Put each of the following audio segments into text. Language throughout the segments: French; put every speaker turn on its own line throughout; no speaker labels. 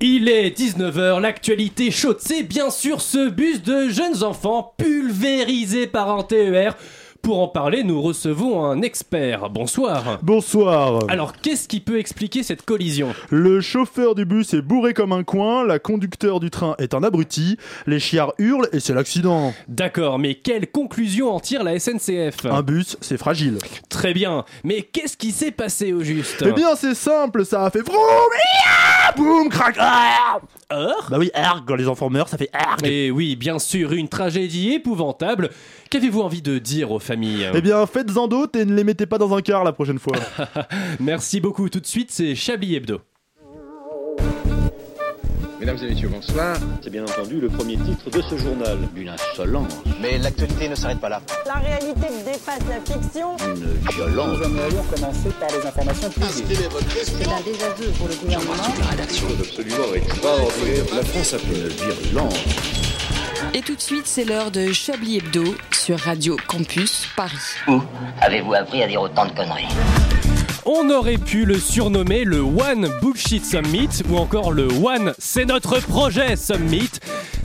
Il est 19h, l'actualité chaude, c'est bien sûr ce bus de jeunes enfants pulvérisés par un TER. Pour en parler, nous recevons un expert. Bonsoir.
Bonsoir.
Alors, qu'est-ce qui peut expliquer cette collision
Le chauffeur du bus est bourré comme un coin, la conducteur du train est un abruti, les chiards hurlent et c'est l'accident.
D'accord, mais quelle conclusion en tire la SNCF
Un bus, c'est fragile.
Très bien, mais qu'est-ce qui s'est passé au juste
Eh bien, c'est simple, ça a fait vroom, ia, boum, crac, ah Eh
Or
Bah oui, arg, quand les enfants meurent, ça fait arg.
Et oui, bien sûr, une tragédie épouvantable. Qu'avez-vous envie de dire aux familles
Eh bien, faites-en d'autres et ne les mettez pas dans un car la prochaine fois.
Merci beaucoup. Tout de suite, c'est Chablis Hebdo.
Mesdames et messieurs, bonsoir.
C'est bien entendu le premier titre de ce journal. Une insolence.
Mais l'actualité ne s'arrête pas là.
La réalité dépasse la fiction.
Une violence.
Nous allons commencer par les informations privées.
C'est un désaveu pour le gouvernement.
La rédaction est absolument extraordinaire. La France a fait une virulence.
Et tout de suite, c'est l'heure de Chablis Hebdo sur Radio Campus Paris.
Où avez-vous appris à dire autant de conneries
On aurait pu le surnommer le One Bullshit Summit ou encore le One C'est notre projet Summit.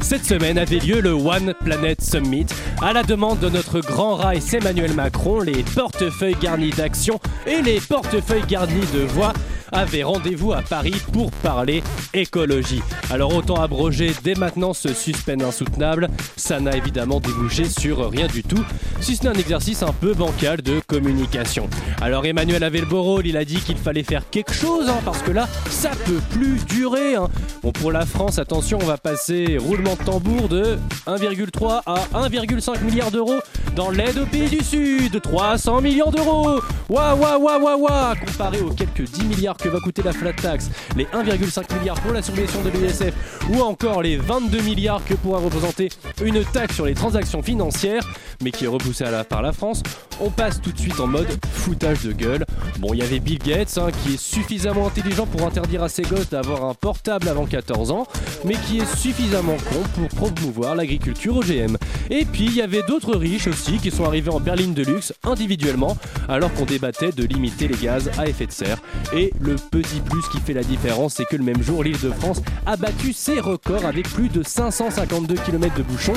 Cette semaine avait lieu le One Planet Summit. À la demande de notre grand rail Emmanuel Macron, les portefeuilles garnis d'actions et les portefeuilles garnis de voix avaient rendez-vous à Paris pour parler écologie. Alors autant abroger dès maintenant ce suspense insoutenable, ça n'a évidemment débouché sur rien du tout, si ce n'est un exercice un peu bancal de communication. Alors Emmanuel avait le beau rôle, il a dit qu'il fallait faire quelque chose, hein, parce que là, ça peut plus durer. hein. Bon, pour la France, attention, on va passer roulement de tambour de 1,3 à 1,5 milliard d'euros dans l'aide aux pays du Sud, 300 millions d'euros. Waouh, waouh, waouh, waouh, waouh, comparé aux quelques 10 milliards que va coûter la flat tax, les 1,5 milliard pour la subvention de l'USF ou encore les 22 milliards que pourra représenter une taxe sur les transactions financières, mais qui est repoussée à la, par la France, on passe tout de suite en mode foutage de gueule. Bon, il y avait Bill Gates hein, qui est suffisamment intelligent pour interdire à ses gosses d'avoir un portable avant 14 ans, mais qui est suffisamment con pour promouvoir l'agriculture OGM. Et puis il y avait d'autres riches aussi qui sont arrivés en berline de luxe individuellement, alors qu'on débattait de limiter les gaz à effet de serre. Et le petit plus qui fait la différence, c'est que le même jour, l'île de France a battu ses records avec plus de 552 km de bouchons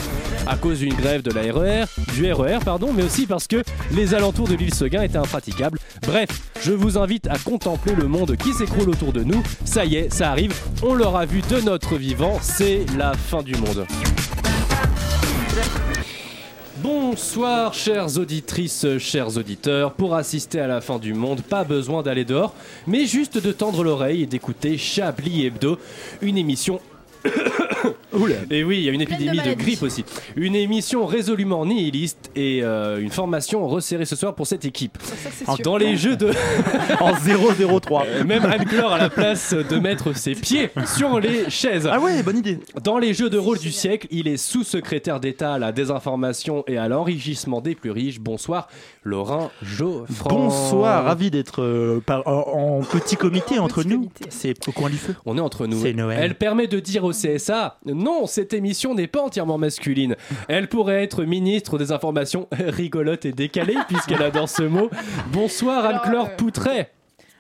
à cause d'une grève de la RER, du RER, pardon, mais aussi parce que les alentours de l'île Seguin étaient impraticables. Bref, je vous invite à contempler le monde qui s'écroule autour de nous. Ça y est, ça arrive, on l'aura vu de notre vivant, c'est la fin du monde. Bonsoir chères auditrices, chers auditeurs. Pour assister à la fin du monde, pas besoin d'aller dehors, mais juste de tendre l'oreille et d'écouter Chablis Hebdo, une émission
Oula.
et oui, il y a une
Pleine de
épidémie de,
maladies.
grippe aussi. Une émission résolument nihiliste et euh, une formation resserrée ce soir pour cette équipe. Dans les jeux de
En 003.
même Anne Clore à la place de mettre ses pieds sur les chaises.
Ah ouais, bonne idée.
Dans les jeux de rôle du siècle, il est sous-secrétaire d'État à la désinformation et à l'enrichissement des plus riches. Bonsoir, Laurent Geoffroy.
Bonsoir, ravi d'être euh, par- en, en petit comité
En
entre
petit
nous.
comité.
C'est au coin du feu.
On est entre nous.
C'est Noël.
Elle permet de dire au CSA non, cette émission n'est pas entièrement masculine. Elle pourrait être ministre des informations rigolote et décalée puisqu'elle adore ce mot. Bonsoir
Alors,
Anne-Claire
euh,
Poutret.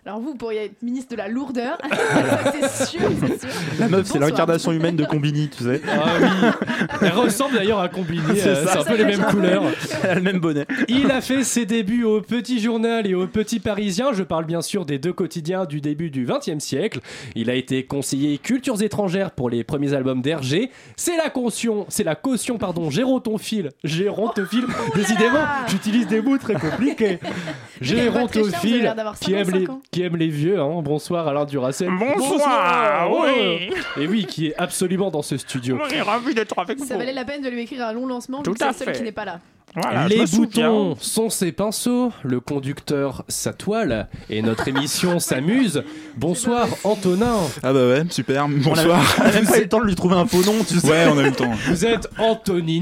Alors vous pourriez être ministre de la lourdeur, Ça, c'est sûr, c'est sûr.
La meuf, c'est
Bonsoir.
l'incarnation humaine de Combini, tu sais.
Ah oui. Elle ressemble d'ailleurs à Combini, euh,
C'est
c'est
ça.
un peu les mêmes couleurs.
Elle a le même bonnet.
Il a fait ses débuts au Petit Journal et au Petit Parisien. Je parle bien sûr des deux quotidiens du début du XXe siècle. Il a été conseiller cultures étrangères pour les premiers albums d'Hergé. C'est la caution, c'est la caution, pardon, gérontophile.
Oh
Gérontophile, décidément, j'utilise des mots très compliqués.
avez pas très cher, vous avez
Gérontophile,
l'air d'avoir
qui aime,
55
les,
ans.
qui aime les vieux. hein. Bonsoir Alain Duracell. ouais. Et oui, qui est absolument dans ce studio.
On est ravis d'être avec
Ça valait la peine de lui écrire un long lancement,
Tout
vu que c'est
à
le seul
fait.
qui n'est pas là.
Voilà, je
Les
me souviens.
boutons sont ses pinceaux, le conducteur sa toile, et notre émission s'amuse. Bonsoir Antonin,
Ah bah ouais, super, bonsoir.
On a même pas eu le temps de lui trouver un faux nom, tu sais.
Ouais, on a eu le temps.
vous êtes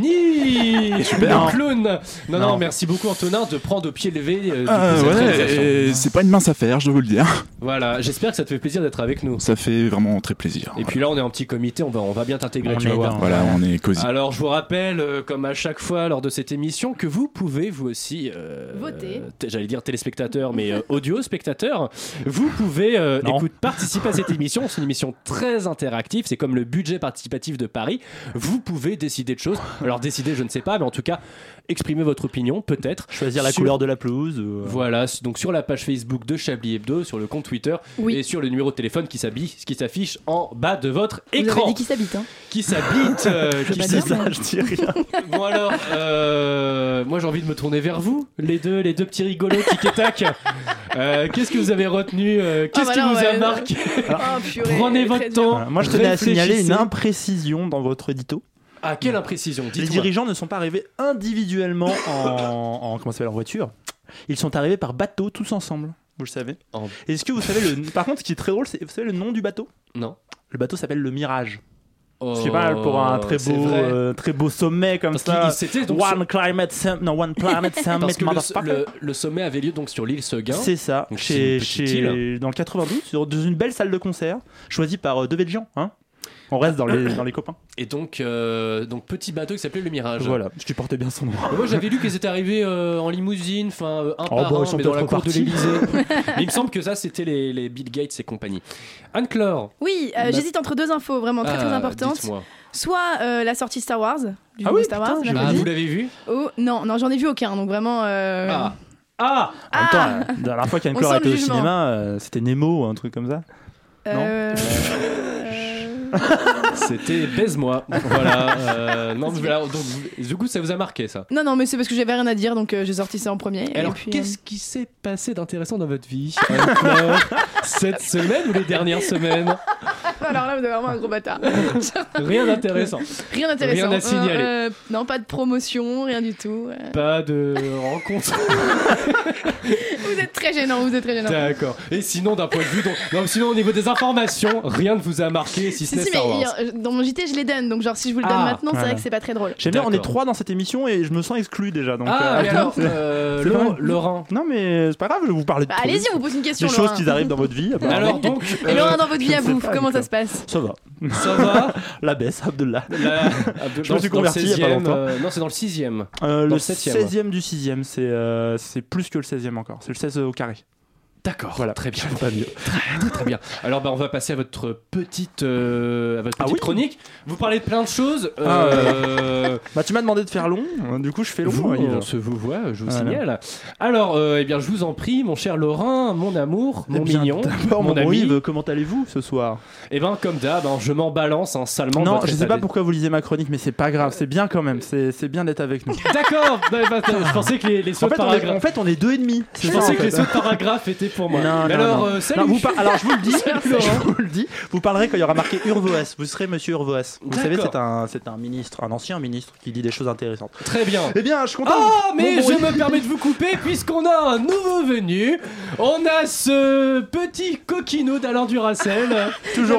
Antonini,
Super.
le clown. Non, non,
Non.
merci beaucoup Antonin de prendre au pied levé. euh, du coup,
Ah
cette
ouais,
réalisation.
et c'est pas une mince affaire, je dois vous le dire.
Voilà, j'espère que ça te fait plaisir d'être avec nous.
Ça fait vraiment très plaisir.
Et puis là, on est en petit comité, on va, on va bien t'intégrer,
On
tu vas
est
voir.
dans-
Voilà, on est cosy.
Alors, je vous rappelle, euh, comme à chaque fois lors de cette émission, que vous pouvez, vous aussi, euh,
Voter.
t- j'allais dire téléspectateur, mais euh, audio spectateur, vous pouvez euh,
Non.
écoute, participer à cette émission. C'est une émission très interactive, c'est comme le budget participatif de Paris. Vous pouvez décider de choses. Alors, décider, je ne sais pas, mais en tout cas, exprimer votre opinion, peut-être.
Ah, Choisir la
Sur-
couleur de la pelouse. ou, euh,
Voilà, s- donc sur la page Facebook de Chablis Hebdo, sur le compte Twitter
Oui.
et sur le numéro de téléphone qui s'habille, qui s'affiche en bas de votre
Vous avez
écran.
dit qui s'habite, hein
Qui s'habite, euh, qui
pas
s'habite.
C'est ça, je dis rien.
Bon alors, euh, moi j'ai envie de me tourner vers vous, les deux, les deux petits rigolos, tic et tac. Euh, qu'est-ce que vous avez retenu euh, Qu'est-ce
bah
qui
là, on
vous a
va-
marqué
Oh, purée,
Prenez
très
votre
dur.
temps.
Voilà, Moi, je tenais à signaler une
réfléchissez.
imprécision dans votre édito.
Ah, quelle imprécision dites-moi.
Les dirigeants ne sont pas arrivés individuellement en, en- comment ça s'appelle en voiture. Ils sont arrivés par bateau tous ensemble. Vous le savez.
En-
Est-ce que vous savez le Par contre, ce qui est très drôle, c'est vous savez le nom du bateau.
Non.
Le bateau s'appelle le Mirage.
Oh,
C'est pas mal pour un très
c'est
beau,
vrai.
euh, très beau sommet comme
Parce
ça.
qu'il- c'était donc
One climate, Sum- non One planet
sur- parce
summit,
que le,
motherfucker.
le- le sommet avait lieu donc sur l'île Seguin.
C'est ça,
Donc, c'est
chez,
une petite
chez-
île.
dans le 92, sur- dans une belle salle de concert, choisie par euh, Devedjian. Hein On reste dans les, dans les copains.
Et donc, euh, donc petit bateau qui s'appelait le Mirage.
Voilà, je qui portais bien son nom.
Mais Moi j'avais lu qu'ils étaient arrivés euh, en limousine, enfin euh, un
Oh,
par
bah,
un,
ils sont
mais dans la
peut-être
cour de
repartis.
l'Elysée. il me semble que ça c'était les, les Bill Gates et compagnie. Anne-Claire,
Oui, euh,
Bah-
j'hésite entre deux infos vraiment très très
ah,
importantes.
dites-moi.
Soit euh, la sortie Star Wars, du
Ah
nouveau
oui,
Star
putain,
Wars,
j'ai
Bah,
mercredi.
vous l'avez vu
Oh, non, non, j'en ai vu aucun, donc vraiment. euh,
Ah Ah
En même temps,
Ah
la la dernière fois qu'Anne
On
Claire
sent
était
le
au
jugement.
cinéma, euh, c'était Nemo, un truc comme ça.
euh, euh,
C'était Baise-moi. voilà. euh, non, mais voilà, donc, vous- du coup, ça vous a marqué ça.
Non, non, mais c'est parce que j'avais rien à dire, donc euh, j'ai sorti ça en premier. et
Alors,
puis, hein.
qu'est-ce qui s'est passé d'intéressant dans votre vie Anne-Claire Cette semaine ou les dernières semaines
euh, Alors là, vous êtes vraiment un gros bâtard.
Rien d'intéressant.
Rien d'intéressant.
Rien à signaler.
Euh, euh, non, pas de promotion, rien du tout. euh.
Pas de rencontre.
Vous êtes très gênant, vous êtes très gênant.
D'accord. Et sinon, d'un point de vue, donc, non, sinon au niveau des informations, rien ne vous a marqué si ce
Si,
n'est
si, mais
Star Wars.
il- dans mon JT, je les donne, donc genre si je vous le donne
Ah,
maintenant, c'est
voilà.
vrai que c'est pas très drôle.
J'aime bien, on est
D'accord.
trois dans cette émission et je me sens exclu déjà. Donc,
Ah,
euh,
mais alors, euh,
c'est pas
Laurent-
mal.
Laurent.
Non, mais c'est pas grave, je vais vous parler de
Bah,
tout.
allez-y, on vous pose une question.
Des choses
Laurent.
qui arrivent dans votre vie. apparemment.
Alors donc, euh,
Laurent, dans votre vie à
sais
vous,
pas,
comment ça
d'accord.
se passe
Ça va.
ça va
La baisse, Abdullah.
La-
Je me suis
dans- dans le
converti il y a pas
16e,
longtemps.
euh, non, c'est dans le 6ème.
Euh,
Dans
le
le septième.
16e du 6e, c'est euh, c'est plus que le 16e encore. C'est le 16 au carré.
D'accord.
Voilà.
Très bien.
Je suis pas mieux.
Très bien. Alors bah, on va passer à votre petite, euh, à votre
Ah
petite
oui
chronique. Vous parlez de plein de choses.
Ah,
euh,
Bah, tu m'as demandé de faire long, euh, du coup, je fais long.
vous,
euh, Yves.
on se vous voit, je vous
Voilà.
signale. Alors, euh, eh bien, je vous en prie, mon cher Laurent, mon amour,
Eh
mon
bien,
mignon,
D'abord,
mon
mon
ami.
Yves, comment allez-vous ce soir
Et ben comme d'hab, hein, je m'en balance hein, salement. de
Non,
votre
je sais
état
pas
des-
pourquoi vous lisez ma chronique, mais c'est pas grave, c'est bien quand même. C'est c'est bien d'être avec nous.
D'accord. bah, bah, je pensais que les, les sauts
Ah.
de
En fait, on est,
paragraphe.
en fait, on est deux et demi.
Je
C'est ça,
pensais
en
que les
fait. hein.
sauts de paragraphe étaient pour moi.
Non,
Mais
non,
alors,
non.
euh, salut.
Non, vous par- Alors, je vous le dis,
Salut,
je
Laurent.
vous le dis, vous parlerez quand il y aura marqué Urvoas. Vous serez Monsieur Urvoas. Vous
D'accord.
savez, c'est un, c'est un ministre, un ancien ministre qui dit des choses intéressantes.
Très bien.
Eh bien, je suis content.
Ah, mais
Bon, bon,
je
oui.
me permets de vous couper puisqu'on a un nouveau venu. On a ce petit coquino d'Alain Duracel,
Toujours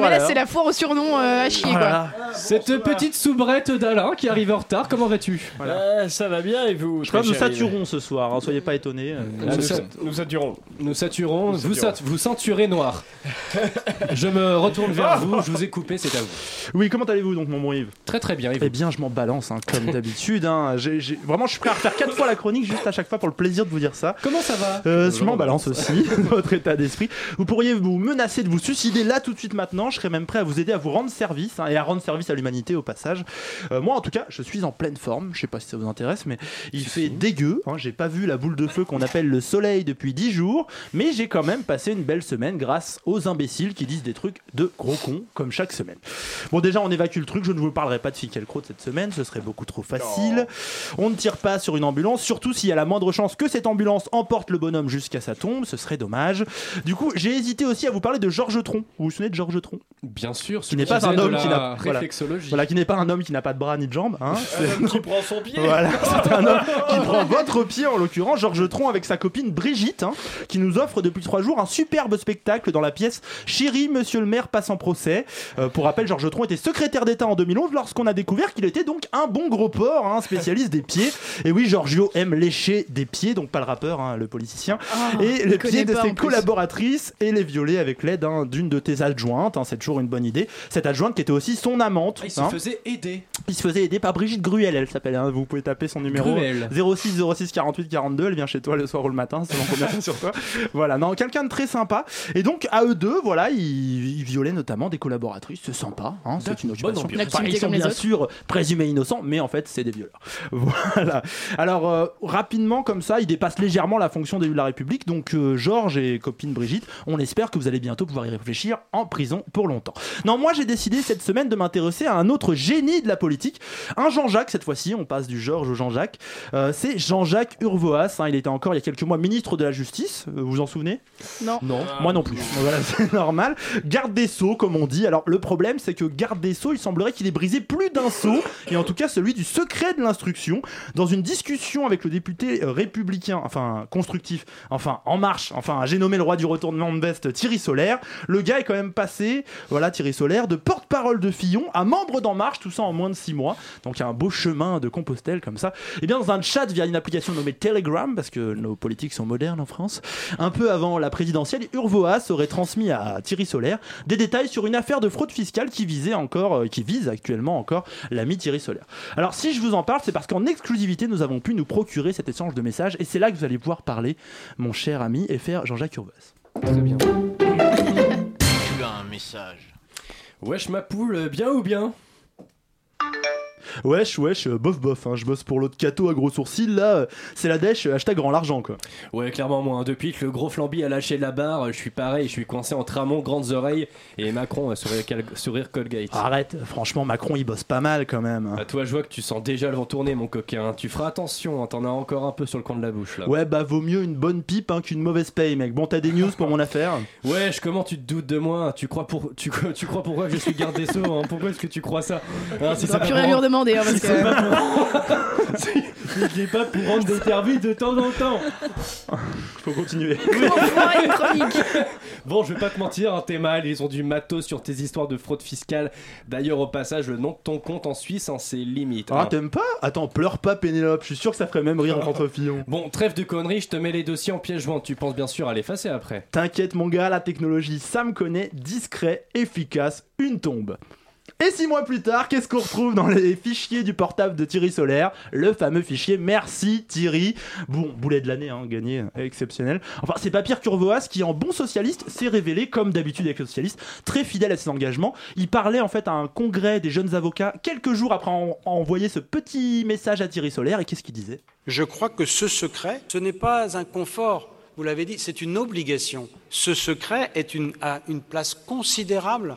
Non, mais
à
là,
l'heure.
c'est la foire au surnom euh, à chier,
Oh là
quoi.
là.
cette petite soubrette d'Alain qui arrive en retard. Comment vas-tu
ça va bien et vous
Je crois que nous saturons ce soir, hein, soyez pas étonnés. euh,
Nous sa-
Nous saturons.
Nous saturons,
Nous
vous,
saturons.
sa- vous ceinturez noir. je me retourne vers vous, je vous ai coupé, c'est à vous.
Oui, comment allez-vous donc, mon bon Yves
Très très bien, et vous
Eh bien, je m'en balance, hein, comme d'habitude. hein. J'ai- j'ai- Vraiment, je suis prêt à refaire quatre fois la chronique, juste à chaque fois pour le plaisir de vous dire ça.
Comment ça va
Euh, je m'en balance aussi, votre état d'esprit. Vous pourriez vous menacer de vous suicider là tout de suite maintenant. Je serais même prêt à vous aider à vous rendre service hein, et à rendre service à l'humanité au passage. Euh, moi en tout cas, je suis en pleine forme. Je sais pas si ça vous intéresse, mais il fait dégueu. hein. J'ai pas vu la boule de feu qu'on appelle le soleil depuis 10 jours, mais j'ai quand même passé une belle semaine grâce aux imbéciles qui disent des trucs de gros cons comme chaque semaine. Bon, déjà, on évacue le truc. Je ne vous parlerai pas de Fickel Crow de cette semaine. Ce serait beaucoup trop facile. On ne tire pas sur une ambulance, surtout s'il y a la moindre chance que cette ambulance emporte le bonhomme jusqu'à sa tombe. Ce serait dommage. Du coup, j'ai hésité aussi à vous parler de Georges Tron. Vous vous souvenez de Georges Tron
Bien sûr, ce
Qui n'est pas un homme qui n'a- voilà.
sexologie.
Voilà, qui n'est pas un homme qui n'a pas de bras ni de jambes. Hein.
Un homme qui prend son pied.
Voilà, c'est un homme qui prend votre pied en l'occurrence, Georges Tron avec sa copine Brigitte, hein, qui nous offre depuis trois jours un superbe spectacle dans la pièce Chérie, Monsieur le maire passe en procès. Euh, pour rappel, Georges Tron était secrétaire d'État en 2011 lorsqu'on a découvert qu'il était donc un bon gros porc, hein, spécialiste des pieds. Et oui, Giorgio aime lécher des pieds, donc pas le rappeur, hein, le politicien,
Ah,
et
il connaît
les pieds de
pas,
ses
en plus.
collaboratrices et les violer avec l'aide hein, d'une de tes adjointes. hein, c'est toujours une bonne idée. Cette adjointe qui était aussi son amante.
Il Ah, se
hein.
faisait aider.
Il se faisait aider par Brigitte Gruel, elle s'appelle. hein. Vous pouvez taper son numéro
Gruel.
06 06 48 42. Elle vient chez toi le soir ou le matin, selon combien t'as sur toi. Voilà, non, quelqu'un de très sympa. Et donc, à eux deux, voilà, ils, ils violaient notamment des collaboratrices. C'est sympa, hein, c'est une occupation.
ambiance.
Enfin, ils
L'activité
sont
comme les
bien
autres.
sûr présumés innocents, mais en fait, c'est des violeurs. Voilà. Alors, euh, rapidement, comme ça, ils dépassent légèrement la fonction d'élu de la République. Donc, euh, Georges et copine Brigitte, on espère que vous allez bientôt pouvoir y réfléchir en prison pour longtemps. Non, moi, j'ai décidé cette semaine de m'intéresser à un autre génie de la politique. Un Jean-Jacques, cette fois-ci, on passe du Georges au Jean-Jacques. Euh, c'est Jean-Jacques Urvoas. hein. il était encore il y a quelques mois ministre de la Justice. Euh, vous vous en souvenez
Non.
Non, moi non plus. Voilà, c'est normal. Garde des Sceaux, comme on dit. Alors, le problème, c'est que Garde des Sceaux, il semblerait qu'il ait brisé plus d'un sceau, et en tout cas celui du secret de l'instruction, dans une discussion avec le député euh, républicain, enfin constructif, enfin En Marche, enfin j'ai nommé le roi du retournement de veste Thierry Solaire. Le gars est quand même passé, voilà Thierry Solaire, de porte-parole de Fillon à membre d'En Marche, tout ça en moins de six mois. Donc, il y a un beau chemin de Compostelle comme ça. Et Eh bien, dans un chat via une application nommée Telegram, parce que nos politiques sont modernes en France, un peu avant la présidentielle, Urvoas aurait transmis à Thierry Solaire des détails sur une affaire de fraude fiscale qui visait encore, euh, qui vise actuellement encore l'ami Thierry Solaire. Alors si je vous en parle, c'est parce qu'en exclusivité, nous avons pu nous procurer cet échange de messages et c'est là que vous allez pouvoir parler, mon cher ami, et faire Jean-Jacques Urvoas.
Tu as un message.
Wesh ma
euh,
poule, bien ou bien
Wesh, wesh, euh, bof, bof, hein, je bosse pour l'autre cato à gros sourcils, là, euh, c'est la dèche, euh, hashtag grand l'argent, quoi.
Ouais, clairement, moi, hein, depuis que le gros flambi a lâché la barre, euh, je suis pareil, je suis coincé entre Ramon, grandes oreilles, et Macron, euh, sourire, Cal- sourire Colgate.
Arrête, franchement, Macron, il bosse pas mal, quand même. hein.
Bah, toi, je vois que tu sens déjà le vent tourner, mon coquin. Tu feras attention, hein, t'en as encore un peu sur le coin de la bouche, là.
Ouais, bah vaut mieux une bonne pipe hein, qu'une mauvaise paye, mec. Bon, t'as des news pour mon affaire
Wesh, comment tu te doutes de moi tu crois, pour, tu, crois- tu crois pourquoi je suis garde des Sceaux hein Pourquoi est-ce que tu crois ça
On va
Hein, pas
plus
pour
rien lui
rendre-
redemander, hein, parce
si
que-
c'est pas pour- si- Je l'ai pas pour rendre des services de temps en temps
Faut continuer.
bon, je vais pas te mentir, hein, t'es mal, ils ont du matos sur tes histoires de fraude fiscale. D'ailleurs, au passage, le nom de ton compte en Suisse, hein, c'est limite.
Ah,
hein.
t'aimes pas Attends, pleure pas, Pénélope. Je suis sûr que ça ferait même rire entre Fillon.
Bon, trêve de conneries, je te mets les dossiers en pièce jointe. Tu penses bien sûr à l'effacer après.
T'inquiète, mon gars, la technologie, ça me connaît. Discret, efficace, une tombe. Et six mois plus tard, qu'est-ce qu'on retrouve dans les fichiers du portable de Thierry Solaire Le fameux fichier Merci Thierry. Bon, boulet de l'année, hein, gagné, euh, exceptionnel. Enfin, c'est pas Pierre Curvoas qui, en bon socialiste, s'est révélé, comme d'habitude avec les socialistes, très fidèle à ses engagements. Il parlait en fait à un congrès des jeunes avocats quelques jours après en- envoyer ce petit message à Thierry Solaire. Et qu'est-ce qu'il disait
Je crois que ce secret, ce n'est pas un confort, vous l'avez dit, c'est une obligation. Ce secret est une, a une place considérable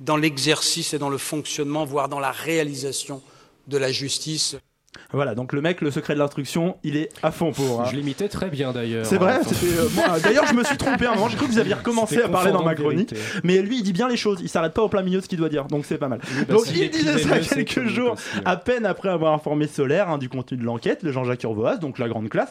dans l'exercice et dans le fonctionnement, voire dans la réalisation de la justice.
Voilà, donc le mec, le secret de l'instruction, il est à fond pour. hein.
Je l'imitais très bien d'ailleurs. Hein,
C'est vrai,
Attends.
c'était, euh, moi, d'ailleurs je me suis trompé à un moment, j'ai cru que vous aviez recommencé
C'était
à parler dans ma
confondant de
chronique,
vérité.
mais lui il dit bien les choses, il s'arrête pas au plein milieu de ce qu'il doit dire, donc c'est pas mal.
bah,
donc
s'il
il disait
écrivait
ça
mieux, c'est
quelques
comique
jours,
aussi,
à peine après avoir informé Solaire hein, du contenu de l'enquête, le Jean-Jacques Urvoas, donc la grande classe.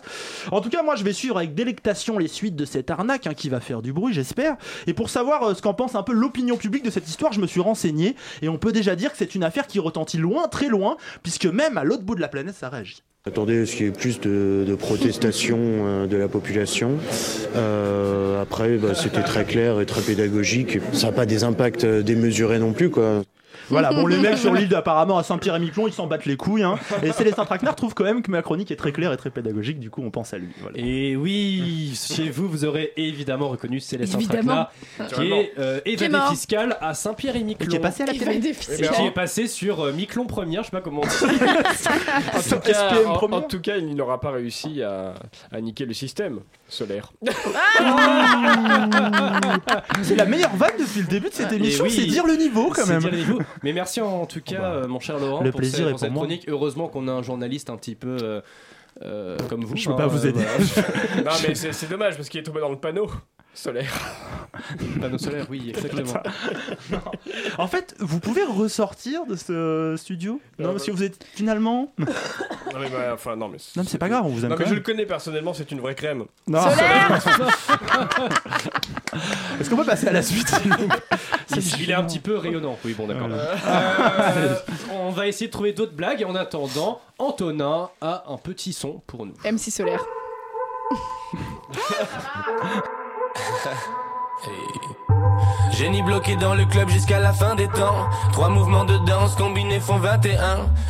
En tout cas moi je vais suivre avec délectation les suites de cette arnaque hein, qui va faire du bruit j'espère, et pour savoir euh, ce qu'en pense un peu l'opinion publique de cette histoire je me suis renseigné, et on peut déjà dire que c'est une affaire qui retentit loin, très loin, puisque même à l'autre bout de la planète ça réagit.
Attendez, ce qui est plus de, de protestations euh, de la population. Euh, après, bah, c'était très clair et très pédagogique. Ça n'a pas des impacts euh, démesurés non plus, quoi.
Voilà, bon, les mecs sur l'île, apparemment, à Saint-Pierre-et-Miquelon, ils s'en battent les couilles. Hein. Et Célestin Traquenard trouve quand même que ma chronique est très claire et très pédagogique, du coup, on pense à lui. Voilà.
Et oui, chez vous, vous aurez évidemment reconnu Célestin
Évidemment.
Traquenard, qui est euh,
Qui est
évadé
mort.
fiscal à Saint-Pierre-et-Miquelon.
Et qui est passé à
Ah,
la Évadé télé. fiscal.
Et qui est passé sur euh, Miquelon première, je sais pas comment on dit.
En tout, cas,
SPM
en- en
première.
tout cas, il n'aura pas réussi à, à niquer le système solaire.
C'est la meilleure vanne depuis le début de cette
Et
émission,
oui,
c'est dire le niveau quand
c'est
même. Ah bah,
dire le niveau. Mais merci en tout cas, euh, mon cher Laurent,
le
pour,
plaisir
ce-
est
pour cette
pour moi.
chronique. Heureusement qu'on a un journaliste un petit peu euh, euh, comme vous.
Je peux
hein,
pas vous
euh,
aider.
voilà.
non, mais c'est c'est dommage parce qu'il est tombé dans le panneau solaire. Panneau solaire, oui, exactement.
En fait, vous pouvez ressortir de ce studio Non,
Euh,
parce que vous êtes finalement. Non,
non, mais bah, enfin, non, mais.
mais c'est pas grave, on vous aime
Non,
quand
mais je
même.
le connais personnellement, c'est une vraie crème.
Non.
Ah,
Solaire
Est-ce qu'on peut passer à la suite s'il vous plaît
Il, il est un petit peu rayonnant. Oui, bon, d'accord. Euh, on va essayer de trouver d'autres blagues. Et en attendant, Antonin a un petit son pour nous.
MC Solaire.
Génie bloqué dans le club jusqu'à la fin des temps. Trois mouvements de danse combinés font 21.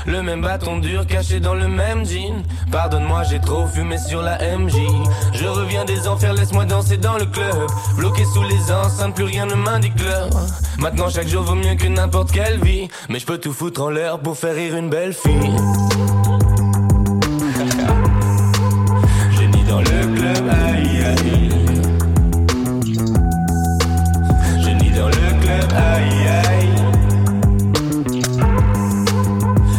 Le même bâton dur caché dans le même jean. Pardonne-moi, j'ai trop fumé sur la MJ. Je reviens des enfers, laisse-moi danser dans le club. Bloqué sous les enceintes, plus rien ne m'indique l'heure. Maintenant, chaque jour vaut mieux que n'importe quelle vie. Mais je peux tout foutre en l'air pour faire rire une belle fille. Génie dans le club, aïe aïe. Génie dans le club, aïe aïe.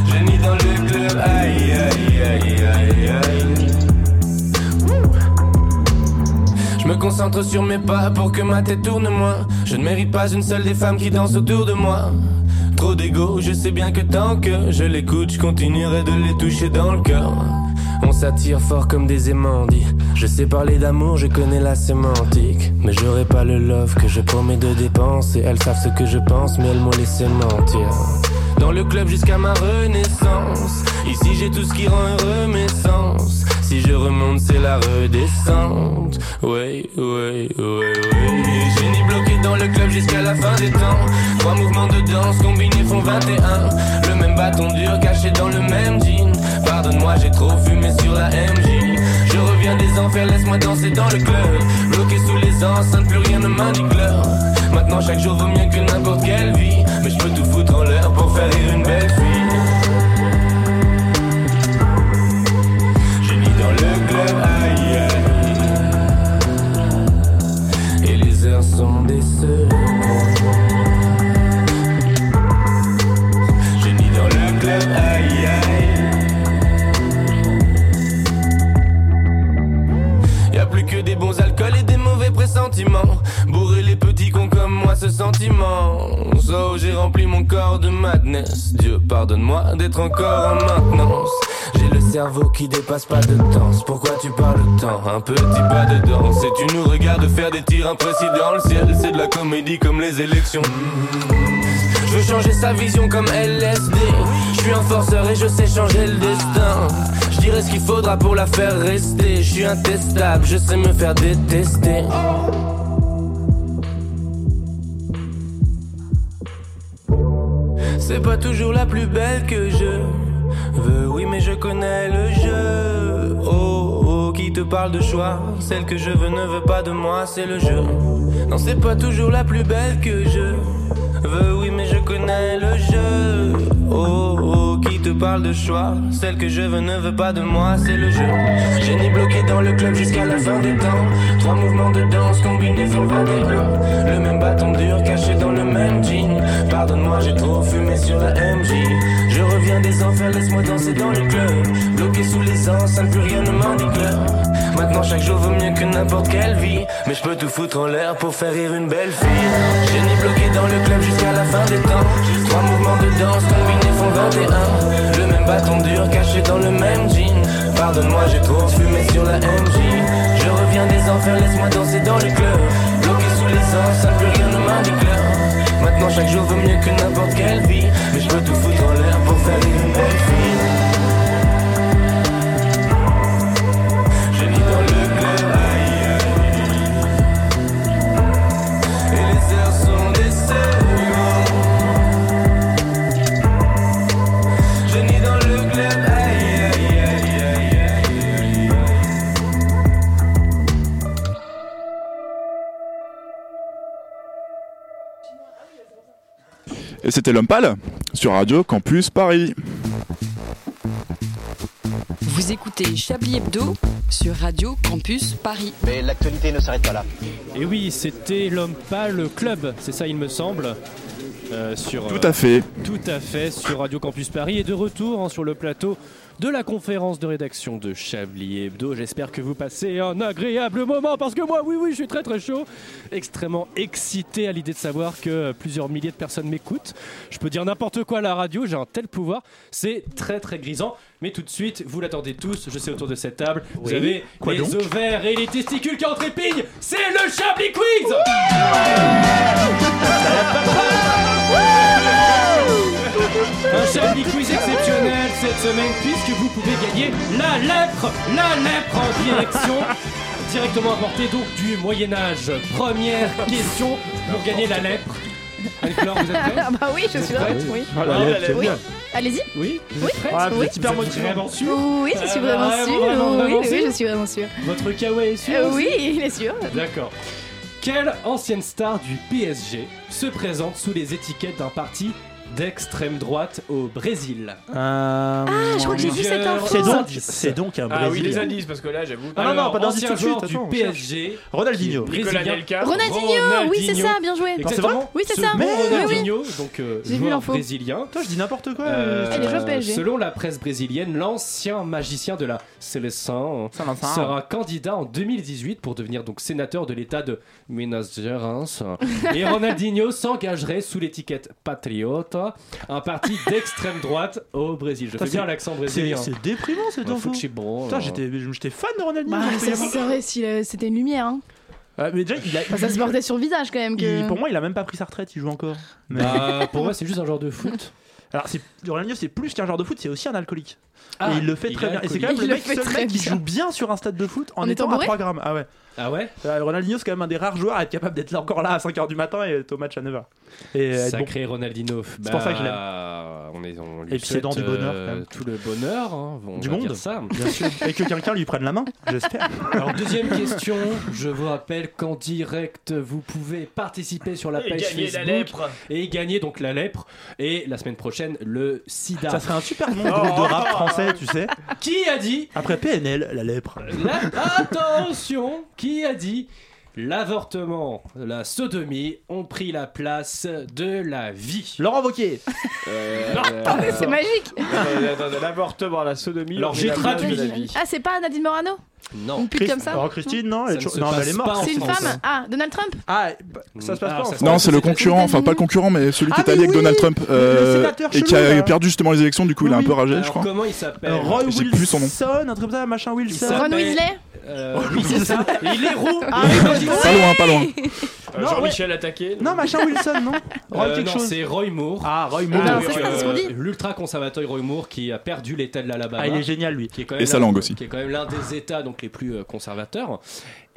Génie dans le club, aïe aïe aïe aïe aïe. Je me concentre sur mes pas pour que ma tête tourne moins. Je ne mérite pas une seule des femmes qui dansent autour de moi. Trop d'ego, je sais bien que tant que je l'écoute, je continuerai de les toucher dans le cœur. On s'attire fort comme des aimants, dit. Je sais parler d'amour, je connais la sémantique. Mais j'aurai pas le love que je promets de dépenser. Elles savent ce que je pense, mais elles m'ont laissé mentir. Dans le club jusqu'à ma renaissance. Ici j'ai tout ce qui rend heureux mes sens. Si je remonte, c'est la redescente. Oui, oui, oui, oui. Génie bloqué dans le club jusqu'à la fin des temps. Trois mouvements de danse combinés font 21. Le même bâton dur caché dans le même jean. Pardonne-moi, j'ai trop fumé sur la MJ. Je reviens des enfers, laisse-moi danser dans le club. Bloqué sous les enceintes, plus rien ne m'indique l'heure. Maintenant, chaque jour vaut mieux que n'importe quelle vie. Mais je peux tout foutre en l'air pour faire rire une belle fille. Génie dans le club, aïe aïe. Et les heures sont des secondes. Génie dans le club, aïe aïe. Y a plus que des bons alcools et des mauvais pressentiments. Bourrer les petits cons comme moi ce sentiment. So j'ai rempli mon corps de madness. Dieu pardonne-moi d'être encore en maintenance. J'ai le cerveau qui dépasse pas de danse. Pourquoi tu parles tant Un petit pas de danse. Et tu nous regardes faire des tirs imprécis dans le ciel. C'est de la comédie comme les élections. Je veux changer sa vision comme LSD. Je suis un forceur et je sais changer le destin. Je dirai ce qu'il faudra pour la faire rester. Je suis intestable, je sais me faire détester. C'est pas toujours la plus belle que je veux, oui, mais je connais le jeu. Oh, oh, qui te parle de choix Celle que je veux ne veut pas de moi, c'est le jeu. Non, c'est pas toujours la plus belle que je veux, oui, mais je connais le jeu. Oh, oh, qui te parle de choix Celle que je veux ne veut pas de moi, c'est le jeu. Génie bloqué dans le club jusqu'à la fin des temps. Trois mouvements de danse combinés font 21. Le même bâton dur caché dans le même jean. Pardonne-moi, j'ai trop fumé sur la MJ. Je reviens des enfers, laisse-moi danser dans le club. Bloqué sous les enceintes, plus rien ne m'indique l'heure. Maintenant, chaque jour vaut mieux que n'importe quelle vie. Mais je peux tout foutre en l'air pour faire rire une belle fille. Génie bloqué dans le club jusqu'à la fin des temps. Trois mouvements de danse combinés font 21. Le même bâton dur caché dans le même jean. Pardonne-moi, j'ai trop fumé sur la MJ. Je reviens des enfers, laisse-moi danser dans le club. Bloqué sous les enceintes, plus rien ne m'indique l'heure. Maintenant, chaque jour vaut mieux que n'importe quelle vie. Mais je peux tout foutre en l'air pour faire rire une belle fille. Génie dans le club, aïe aïe. Et les heures sont des secondes. Génie dans le club, aïe aïe aïe aïe aïe
Et c'était l'homme pâle sur Radio Campus Paris.
Vous écoutez Chablis Hebdo sur Radio Campus Paris.
Mais l'actualité ne s'arrête pas là.
Et oui, c'était l'homme pâle club, c'est ça il me semble. euh, sur,
Tout à fait.
Tout à fait sur Radio Campus Paris et de retour hein, sur le plateau de la conférence de rédaction de Chavelier Hebdo. J'espère que vous passez un agréable moment parce que moi, oui, oui, je suis très très chaud, extrêmement excité à l'idée de savoir que plusieurs milliers de personnes m'écoutent. Je peux dire n'importe quoi à la radio, j'ai un tel pouvoir. C'est très très grisant. Mais tout de suite, vous l'attendez tous, je sais autour de cette table, vous
Oui.
avez
Quoi
les
donc
ovaires et les testicules qui en trépignent, c'est le Chablis Quiz Un Chablis Quiz exceptionnel cette semaine puisque vous pouvez gagner la lèpre, la lèpre en direction directement apportée donc du Moyen Âge. Première question pour gagner la lèpre. Anne-Claire, vous êtes prête
Ah bah oui, je suis
prête
prête, oui.
Ah, la lèpre, c'est
Oui.
bien.
Allez-y.
Oui vous
Oui.
êtes prête
Ah, vous
oui.
êtes hyper
Vous êtes
motivée.
vraiment sûre
Oui, je suis
Ah,
vraiment
vraiment,
sûre.
vraiment,
oui,
vraiment
oui,
sûre
je suis vraiment sûre.
Votre kawaii est sûr
Euh,
aussi
oui, il est sûr.
D'accord. Quelle ancienne star du PSG se présente sous les étiquettes d'un parti d'extrême droite au Brésil
Ah,
je crois que j'ai vu cette info.
C'est donc, c'est donc un
Ah oui,
Brésilien.
les indices, parce que là, j'avoue.
Ah non, non, pas d'indices
ancien
tout de suite.
joueur du
attends, on cherche.
PSG.
Ronaldinho.
qui est
Nicolas
brésilien.
Delca.
Ronaldinho, Ah oui, c'est ça, bien joué.
Exactement.
Non, c'est vrai Oui, c'est
Ce
ça.
bon
Oui, oui.
Ronaldinho, donc euh,
J'ai vu
joueur
l'info.
brésilien.
Toi, je dis n'importe quoi.
Euh,
Elle est joueuse PSG.
selon la presse brésilienne, l'ancien magicien de la Seleção
Seleção.
sera candidat en 2018 pour devenir donc sénateur de l'État de Minas Gerais. Et Ronaldinho s'engagerait sous l'étiquette Patriota, un parti d'extrême droite au Brésil. Je
Putain,
fais bien
c'est-
l'accent
C'est
brésilien.
c'est déprimant cette
Ouais,
info.
football,
Putain,
alors.
j'étais j'étais fan de Ronaldinho.
Bah,
j'étais
ça
gamin.
se saurait si euh, c'était une lumière. Hein.
Ah, mais déjà, il a-
Enfin, ça se bordait euh, sur le visage quand même. Que...
il- pour moi, il a même pas pris sa retraite, il joue encore. Mais-
Bah, pour moi, c'est juste un genre de foot.
Alors, c'est- Ronaldinho, c'est plus qu'un genre de foot, c'est aussi un alcoolique.
Ah,
et il le fait
il
très
est
bien. Et c'est quand
alcoolique.
même le
Il le
mec,
fait
seul
très
mec qui
bien.
joue bien sur un stade de foot en,
En étant
étant à
bourré
3 grammes. Ah ouais.
Ah ouais
Euh, Ronaldinho, c'est quand même un des rares joueurs à être capable d'être là- encore là à 5h du matin et être au match à 9h. Et être bon.
Sacré Ronaldinho. bah,
C'est pour ça que je l'aime.
On est, on lui
Et puis c'est dans
souhaite,
du bonheur,
euh,
quand même.
tout le bonheur. hein, on
Du
va
monde.
dire ça.
Bien sûr. Et que quelqu'un lui prenne la main, j'espère.
Alors, deuxième question, je vous rappelle qu'en direct, vous pouvez participer sur la
Et
page
gagner la
Facebook
lèpre.
et gagner donc la lèpre et la semaine prochaine le sida.
Ça serait un super bon
Oh.
groupe de rap français, tu sais.
Qui a dit
Après PNL, la lèpre.
la- Attention Qui a dit L'avortement, la sodomie ont pris la place de la vie.
Laurent Wauquiez.
Euh,
Attendez, c'est magique.
euh, attends, attends, L'avortement, la sodomie.
Alors,
on
j'ai
est la
traduit.
place de la vie.
Ah, c'est pas Nadine Morano
Non.
Une pute
Chris-
comme ça
Oh, Christine, non,
Ça ne
elle, est toujours-
se
non, mais elle est
passe
morte.
pas en
C'est une
France.
femme Ah, Donald Trump
Ah, bah, ça se passe
Ah,
pas
ça se
en France.
passe
Non, c'est le
aux
concurrent, enfin pas le concurrent, mais celui qui
Ah,
est allé
mais
avec Donald
oui
Trump
Le
euh,
sénateur
et qui
chelou,
a
là.
perdu justement les élections, du coup il est
Oui,
un peu ragé, je
Alors,
crois.
comment il s'appelle
Euh, Roy
J'ai
Wilson,
plus son nom.
un truc comme ça, machin Wilson.
s'appelle-
Ron Weasley
Euh,
Oh,
oui, c'est ça. Et il est roux.
Ah,
Il est
oui.
magique.
Pas loin, pas loin.
Euh,
Non,
Jean-Michel attaqué.
Non, machin Wilson, non Roy
Euh,
quelque
non,
chose.
c'est Roy Moore.
Ah, Roy
Ah,
Moore.
bah,
Donc,
ça, c'est
euh,
ce qu'on dit.
L'ultra conservateur Roy Moore qui a perdu l'État de l'Alabama.
Ah, il est génial lui.
qui est quand
Et
même
sa
l'un-
langue aussi.
Qui est quand même l'un des États donc les plus euh, conservateurs.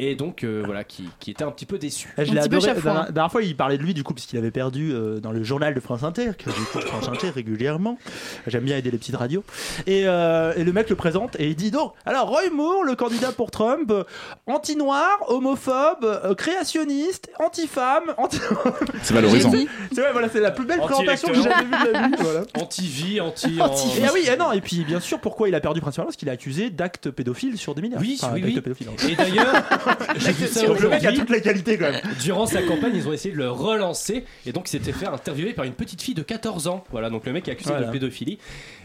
Et donc euh, voilà, qui, qui était un petit peu déçu.
Eh, je
Un
l'ai
petit peu
adoré. La
chafouin.
dernière- dernière fois, il parlait de lui du coup, puisqu'il avait perdu euh, dans le journal de France Inter, que j'écoute France Inter régulièrement. J'aime bien aider les petites radios. Et, euh, et le mec le présente et il dit donc alors Roy Moore, le candidat pour Trump, euh, anti-noir, homophobe, euh, créationniste, anti-femme, anti.
C'est valorisant.
c'est vrai, voilà, c'est la plus belle présentation que j'ai jamais vue de la vie. Voilà.
Anti-vie, anti.
Et ah oui, et non, et puis bien sûr, pourquoi il a perdu principalement Parce qu'il est accusé d'actes pédophiles sur des mineurs.
Oui,
Enfin,
oui,
d'actes
oui.
pédophiles, hein.
Et d'ailleurs, j'ai vu ça
Donc le mec a
aujourd'hui.
toutes les qualités quand même.
Durant sa campagne, ils ont essayé de le relancer et donc il s'était fait interviewer par une petite fille de 14 ans. Voilà, donc le mec est accusé
Voilà.
de pédophilie.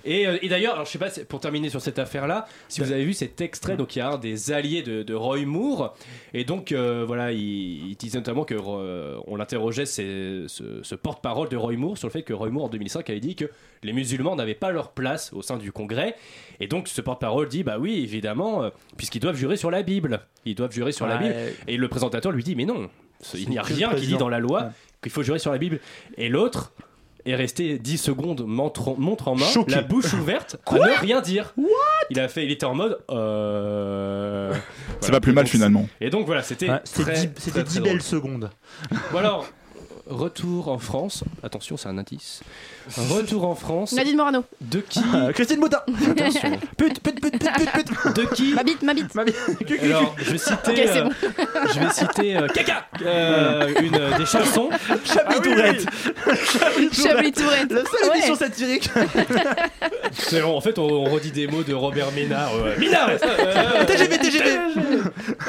Et, euh, et d'ailleurs, alors, je sais pas, c'est- pour terminer sur cette affaire-là, si
Bah.
vous avez vu cet extrait, donc il y a un des alliés de, de Roy Moore et donc euh, voilà, il, il disait notamment que euh, on l'interrogeait, c'est ce, ce porte-parole de Roy Moore sur le fait que Roy Moore en 2005 avait dit que les musulmans n'avaient pas leur place au sein du Congrès et donc ce porte-parole dit bah oui évidemment euh, puisqu'ils doivent jurer sur la Bible, ils doivent jurer sur la
Ouais.
Bible et le présentateur lui dit Mais non, ce- il n'y a
que le
rien qui dit
président.
dans la loi
Ouais.
qu'il faut jurer sur la Bible. Et l'autre est resté 10 secondes montre, montre en main,
Choqué.
la bouche ouverte, à ne rien dire. il a fait, il était en mode. Euh...
C'est
Voilà.
pas plus
Et
mal
donc-
finalement.
Et donc voilà, c'était
Ouais,
très,
C'était dix-
très,
c'était
très
10
drôle.
belles secondes.
Bon alors, retour en France. Attention, c'est un indice. Retour en France.
Nadine Morano.
De qui
Euh, Christine Boutin
Attention.
Pute, pute, pute, pute, pute, pute
De qui
Ma bite, ma bite.
Ma vie- Cucu, cucu.
Alors, je vais citer,
Ok, c'est
euh,
bon.
je vais citer euh, Caca, euh, une euh, des chansons. Ah
Chablis Tourette Chablis
Chablis
Tourette
Tourette.
La seule
Ouais.
émission satirique
C'est bon, en fait, on, on redit des mots de Robert Ménard. euh, Ménard euh, euh,
TGV, TGV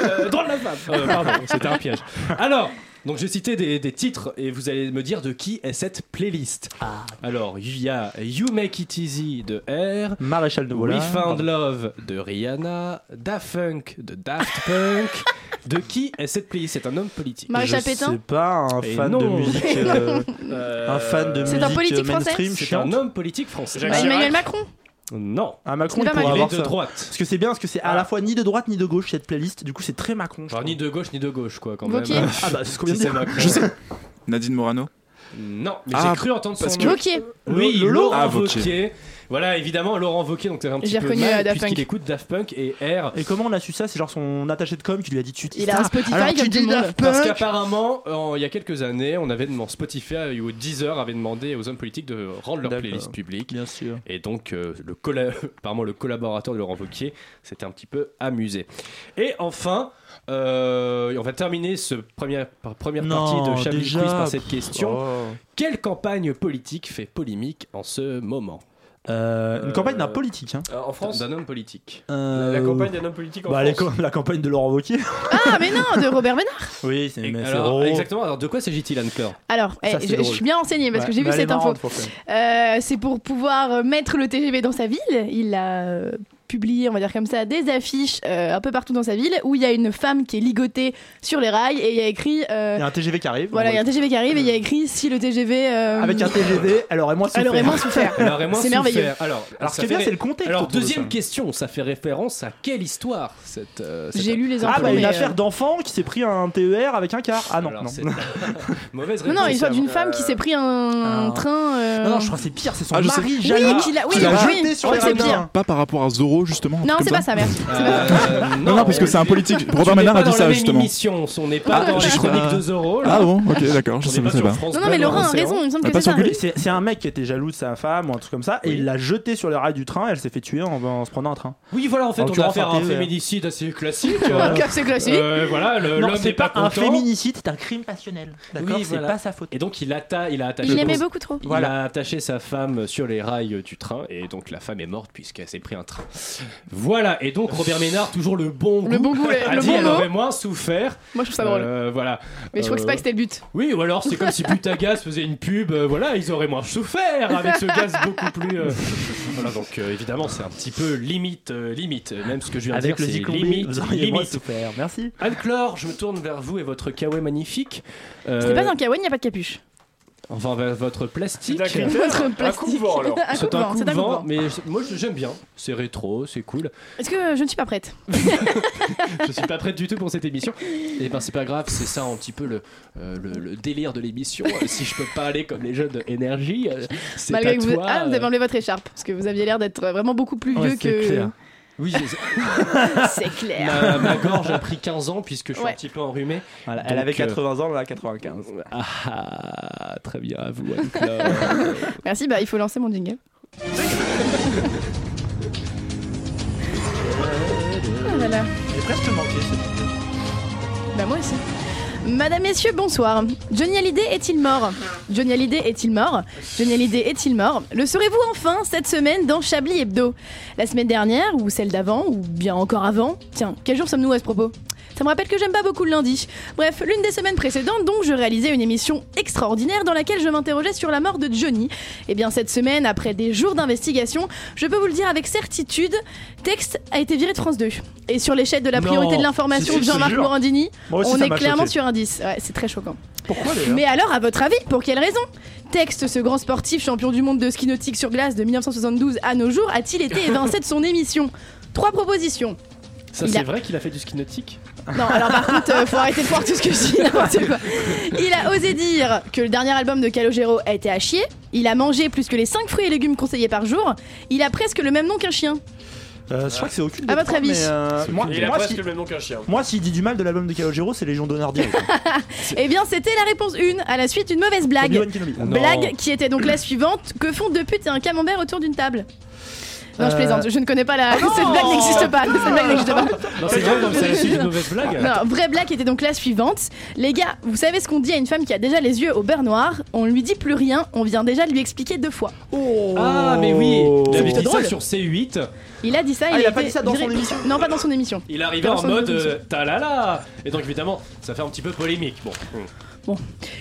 euh, Drôle la femme Euh, Pardon, c'était un piège. Alors, Donc j'ai cité des, des titres et vous allez me dire de qui est cette playlist.
Ah.
Alors il y a You Make It Easy de R,
Maréchal de
We
Voilà.
Found Love de Rihanna, Da Funk de Daft Punk. de qui est cette playlist C'est un homme politique.
Maréchal
Je
Pétain
sais pas, un
Et
fan
non.
de musique. euh, un fan de
C'est
musique
un politique
euh, mainstream.
français
C'est un homme politique français.
Bah, Emmanuel Macron
Non.
Un
C'est
Ah, Macron,
pas
il pourrait
mal.
avoir
Il est de
ça.
droite. Ah.
Parce que c'est bien, parce que c'est à la fois ni de droite ni de gauche cette playlist. Du coup, c'est très Macron.
Genre ni de gauche ni de gauche quoi quand
Wauquiez.
même.
Ah bah, c'est ce qu'on vient de
Si
dire.
Macron.
Je sais. Nadine Morano
Non, mais
Ah,
j'ai cru entendre son
parce
nom.
que-
Wauquiez.
Oui,
Lolo.
Laurent
Ah,
Wauquiez.
Wauquiez.
Voilà, évidemment, Laurent Wauquiez, donc c'est un petit
J'ai
peu
reconnu, euh,
mal,
Daft
puisqu'il
Punk.
écoute Daft Punk et R.
Et comment on a su ça C'est genre son attaché de com qui lui a dit tu
Il a un Spotify
Alors,
comme
tu
tout le
dis
monde.
Daft
Parce
Punk
qu'apparemment, en- il y a quelques années, on avait demandé Spotify ou Deezer avait demandé aux hommes politiques de rendre leur
D'accord.
playlist publique.
Bien sûr.
Et donc, euh, le, colla- apparemment, le collaborateur de Laurent Wauquiez s'était un petit peu amusé. Et enfin, euh, on va terminer ce première, par- première partie
Non,
de Chablis
déjà,
Quiz par cette
pff,
question.
oh.
Quelle campagne politique fait polémique en ce moment
Euh, Une
Euh,
campagne d'un politique. hein.
Euh, en France
D'un homme politique.
Euh,
La campagne d'un homme politique en
bah, les
France.
com- la campagne de Laurent Wauquiez.
Ah, mais non, de Robert Ménard
oui, c'est mais c'est
Alors,
drôle.
exactement, alors de quoi s'agit-il, Anne-Claire
Alors, eh,
c'est
je, je
drôle.
suis bien renseignée parce que
Ouais,
j'ai vu
mais elle est
cette info.
marrante, franchement.
Euh, c'est pour pouvoir euh, mettre le TGV dans sa ville. Il a euh, publié, on va dire comme ça, des affiches euh, un peu partout dans sa ville où il y a une femme qui est ligotée sur les rails et il y a écrit. euh,
Il y a un TGV qui arrive.
voilà,
on
il y a
va-
un TGV qui arrive et il y a écrit si le TGV. euh,
Avec un TGV, elle aurait moins souffert.
Elle aurait moins souffert.
Elle aurait moins
C'est
souffert.
merveilleux.
Alors,
Alors, ce
ça
qui est
fait
bien,
ré-
c'est le contexte.
Alors,
autour de
deuxième
ça.
question, ça fait référence à quelle histoire cette, euh, cette-
J'ai lu les infos.
Ah bah une
mais, euh,
affaire d'enfant qui s'est pris un TER avec un car. Ah non,
Alors,
non.
c'est- Mauvaise
Non,
réponse. Euh,
non, l'histoire d'une femme qui s'est pris un
Ah.
train. euh,
Non, non, je crois que c'est pire, c'est son
Ah, je sais.
mari,
Oui,
Jana,
qu'il a- oui,
qui l'a
oui,
jeté
oui,
sur
oui,
les
c'est
rails.
pire.
d'un-
Pas par rapport à Zorro, justement un
Non,
truc
c'est
comme
pas ça, merde.
Euh,
Non, non, parce que c'est un politique. Robert Ménard a dit ça, justement.
Émission, on n'est pas
Ah,
dans les
je crois-
chroniques de Zorro. là.
Ah bon, ok, d'accord, je
On n'est
savais
pas sur
pas.
France
Non, non, mais
Bleu,
Laurent a
Océan.
raison, il me semble
Ah,
que
pas
c'est ça.
sur Gulli
C'est c'est un mec qui était jaloux de sa femme ou un truc comme ça, et il l'a jeté sur les rails du train, elle s'est fait tuer en, en se prenant un train.
Oui, voilà, en fait,
En
on a
l'occurrence,
affaire à
un
un
TER.
féminicide assez classique.
Un
euh,
cap, c'est classique.
euh, voilà, le-
non,
l'homme
c'est
n'est pas
pas, un
content.
féminicide, c'est un crime passionnel. D'accord,
Oui,
c'est
voilà.
pas sa faute.
Et donc, il, atta il a attaché.
Il
je
l'aimait
pense-
beaucoup trop.
Il a attaché sa femme sur les rails du train et donc la femme est morte puisqu'elle s'est pris un train. Voilà, et donc Robert Ménard, toujours le bon
Ah,
goût,
Le bon goût,
a
le
dit
bon
elle
mot.
aurait moins souffert.
Moi, je trouve ça drôle.
Euh, voilà.
Mais je crois que c'est
euh,
pas que c'était le but.
Oui, ou alors c'est comme si Putagas faisait une pub, euh, voilà, ils auraient moins souffert avec ce gaz beaucoup plus. euh, Voilà, donc euh, évidemment, c'est un petit peu limite, euh, limite. Même ce que je viens de
Avec
dire,
le
c'est
Zicombi,
limite,
vous auriez moins
limite.
souffert. Merci.
Anne-Claire, je me tourne vers vous et votre kawaii magnifique.
C'était
Euh,
pas dans Kawan, il n'y a pas de capuche.
Enfin, vers votre plastique.
C'est un critère
Votre
Un coup de vent, alors.
Un coup
C'est
de
un
vent,
coup
Ah, c'est
de
un coup de vent.
vent, mais je- moi je- j'aime bien. C'est rétro, c'est cool.
Est-ce que je ne suis pas prête
Je suis pas prête du tout pour cette émission. Et ben c'est pas grave, c'est ça un petit peu le, euh, le, le délire de l'émission. Euh, si je peux pas aller comme les jeunes de énergie, euh, c'est
Malgré
à
que
toi.
vous... Ah, vous avez
euh,
enlevé votre écharpe, parce que vous aviez l'air d'être vraiment beaucoup plus vieux
Ouais, c'est
que...
clair.
Oui, j'ai-
C'est clair.
ma, ma gorge a pris 15 ans puisque je suis
Ouais.
un petit peu enrhumé.
Voilà,
Donc,
elle avait
euh,
80 ans, elle a 95.
Ah, ah, très bien à vous. Anne-Claude.
Merci, bah il faut lancer mon jingle. Ah là là.
J'ai presque manqué cette
Bah moi aussi. Madame, messieurs, bonsoir. Johnny Hallyday est-il mort Johnny Hallyday est-il mort Johnny Hallyday est-il mort Le serez-vous enfin cette semaine dans Chablis Hebdo La semaine dernière, ou celle d'avant, ou bien encore avant Tiens, quel jour sommes-nous à ce propos ça me rappelle que j'aime pas beaucoup le lundi. Bref, l'une des semaines précédentes, donc, je réalisais une émission extraordinaire dans laquelle je m'interrogeais sur la mort de Johnny. Et bien, cette semaine, après des jours d'investigation, je peux vous le dire avec certitude, Texte a été viré de France 2. Et sur l'échelle de la
Non,
priorité de
si,
l'information
si,
de Jean-Marc
je te jure.
Morandini,
Moi aussi,
on
ça
est
m'a
clairement
choqué.
sur un 10. Ouais, c'est très choquant.
Pourquoi d'ailleurs
Mais alors, à votre avis, pour quelle raison Texte, ce grand sportif champion du monde de ski nautique sur glace de 1972 à nos jours, a-t-il été évincé de son émission Trois propositions.
Ça
Il
c'est
a-
vrai qu'il a fait du ski nautique.
Non, alors par contre, euh, faut arrêter de voir tout ce que je dis, n'importe quoi. Il a osé dire que le dernier album de Calogero a été à chier. Il a mangé plus que les 5 fruits et légumes conseillés par jour. Il a presque le même nom qu'un chien.
Euh, Je crois que c'est aucune
À
des
votre
trois,
avis
mais, euh, moi,
Il a
moi,
presque
si-
le même nom qu'un chien.
moi, s'il dit du mal de l'album de Calogero, c'est Légion d'honneur direct.
Eh bien, c'était la réponse 1 à la suite d'une mauvaise blague.
Obi-Wan Kenobi.
Non.
Blague qui était donc la suivante que font deux putes et un camembert autour d'une table Non, je
Euh.
plaisante, je ne connais pas la. cette blague n'existe pas. Cette blague n'existe pas.
Non, c'est vrai, non, c'est la suite d'une mauvaise blague.
Non, vraie blague était donc la suivante. Les gars, vous savez ce qu'on dit à une femme qui a déjà les yeux au beurre noir On lui dit plus rien, on vient déjà de lui expliquer deux fois.
Ah mais oui, il avait
C'est
dit ça
Oh. drôle.
sur C8.
Il a dit ça,
Ah, il a
été
pas dit ça dans
viré-
son émission
Non, pas dans son émission.
Il arrivait en
Personne
mode
ne le dit.
euh, ta la la Et donc évidemment, ça fait un petit peu polémique. Bon,
Bon.